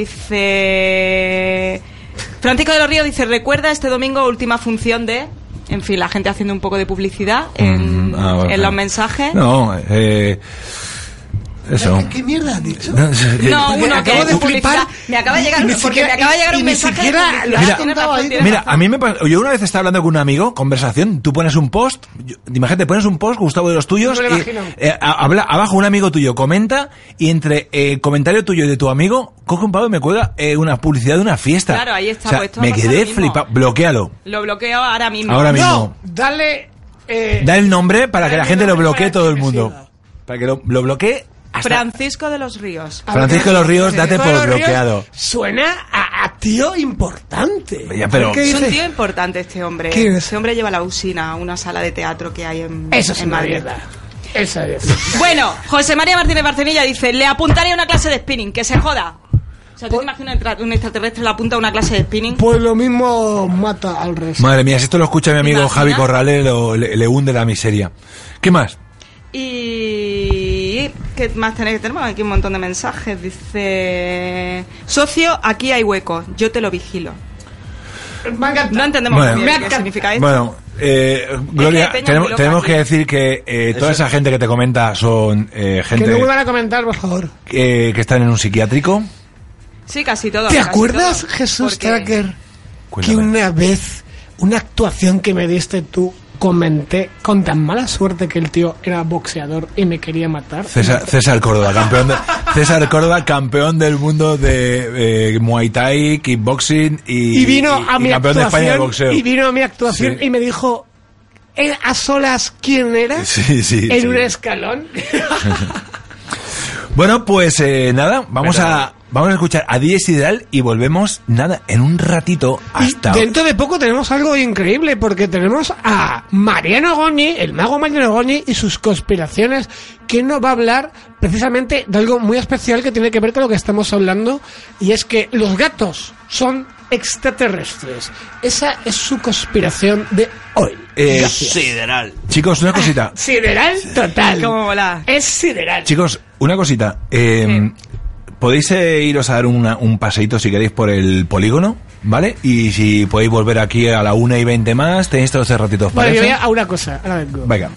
S1: dice... Francisco de los Ríos dice, recuerda este domingo última función de... En fin, la gente haciendo un poco de publicidad en,
S5: Mm, ah, bueno,
S1: en
S5: claro.
S1: los mensajes.
S5: No, eh, eso.
S4: ¿Qué mierda has dicho?
S5: No, es- es-
S1: No,
S4: Porque
S1: uno
S4: acabo
S1: que es
S4: de
S1: de
S4: flipar
S1: publicidad. Me acaba de llegar,
S4: y ni
S1: porque
S4: siquiera-
S1: me acaba de llegar
S4: y-
S1: un
S4: y ni
S1: mensaje
S4: siquiera
S1: de publicidad.
S4: lo has
S1: Tienes
S4: contado
S1: razón,
S4: ahí.
S1: tienes
S5: Mira,
S1: razón.
S5: a mí me pa- yo una vez estaba hablando con un amigo, conversación, tú pones un post, yo- imagínate, pones un post, Gustavo de los tuyos,
S4: No me lo
S5: y,
S4: imagino.
S5: eh, a- habla, abajo un amigo tuyo comenta y entre eh, comentario tuyo y de tu amigo, coge un pavo y me cuelga eh, una publicidad de una fiesta.
S1: Claro, ahí está,
S5: O sea,
S1: pues, esto
S5: me
S1: ha pasado
S5: quedé
S1: lo mismo.
S5: flipado, bloquealo.
S1: Lo bloqueo ahora mismo.
S5: Ahora
S4: No,
S5: mismo.
S4: dale. eh,
S5: Da el nombre para que la
S4: Dale
S5: gente lo
S4: nombre para
S5: bloquee
S4: que
S5: todo el
S4: me
S5: mundo.
S4: siga.
S5: Para que lo, lo bloquee hasta
S1: Francisco de los Ríos.
S4: a
S5: Francisco de los Ríos, date
S4: Francisco
S5: por
S4: de los Ríos
S5: bloqueado.
S4: Suena a, a tío importante.
S5: Ya, pero-
S4: ¿Por qué
S1: Es un
S4: dices?
S1: tío importante este hombre.
S4: ¿Quién es?
S1: Este hombre lleva la usina a una sala de teatro que hay en,
S4: Eso es
S1: en
S4: una
S1: Madrid.
S4: mierda. Eso es.
S1: Bueno, José María Martínez Barcenilla dice, le apuntaré a una clase de spinning, que se joda. O sea, ¿tú te imaginas entra- un extraterrestre le apunta a una clase de spinning?
S4: Pues lo mismo mata al resto.
S5: Madre mía, si esto lo escucha mi amigo
S1: ¿Te imaginas?
S5: Javi Corrales, lo- le, le hunde la miseria. ¿Qué más?
S1: Y... ¿Qué más tenéis? Tenemos aquí un montón de mensajes. Dice... Socio, aquí hay hueco. Yo te lo vigilo.
S4: Me ha encantado.
S1: No entendemos
S5: Bueno.
S1: muy
S4: Me ha
S1: bien qué
S4: encantado.
S1: significa esto.
S5: Bueno, eh,
S1: Es
S5: Gloria,
S1: que hay peña muy
S5: tenemos,
S1: loca
S5: tenemos
S1: aquí.
S5: que decir que eh, toda esa gente que te comenta son eh,
S4: Que no
S5: gente
S4: vuelvan a comentar, por favor.
S5: eh, que están en un psiquiátrico.
S1: Sí, casi todo.
S4: ¿Te
S1: casi
S4: acuerdas,
S1: todo.
S4: Jesús
S1: Porque-
S4: Tracker, que
S5: Cuéntame.
S4: una vez, una actuación que me diste tú, comenté con tan mala suerte que el tío era boxeador y me quería matar?
S5: César, César Córdoba, campeón
S4: (laughs)
S5: de- César Córdoba, campeón del mundo de eh, Muay Thai, kickboxing y,
S4: y vino a
S5: y
S4: mi
S5: campeón de España de
S4: actuación
S5: boxeo.
S4: y vino a mi actuación
S5: Sí.
S4: y me dijo "Eh, a solas quién
S5: (laughs)
S4: eras
S5: Sí, sí,
S4: en
S5: sí. (laughs)
S4: un escalón
S5: Bueno, pues eh, nada, vamos a vamos a escuchar a Diez Ideal y volvemos nada en un ratito hasta
S4: Y (laughs) dentro de poco tenemos algo increíble porque tenemos a Mariano Goñi, el mago Mariano Goñi y sus conspiraciones, que nos va a hablar precisamente de algo muy especial que tiene que ver con lo que estamos hablando y es que los gatos son extraterrestres. Esa es su conspiración de hoy.
S5: Eh,
S4: Gracias.
S5: Chicos, una
S4: (laughs)
S5: cosita.
S4: Sideral total.
S1: ¿Cómo mola?
S4: Es sideral.
S5: Chicos, una cosita. eh, podéis eh, iros a dar una- un paseíto si queréis por el polígono, ¿vale? Y si podéis volver aquí a la 1 y 20 más, tenéis este todos esos ratitos
S4: Bueno,
S5: para
S4: yo voy
S5: eso.
S4: a una cosa. Ahora vengo.
S5: Venga.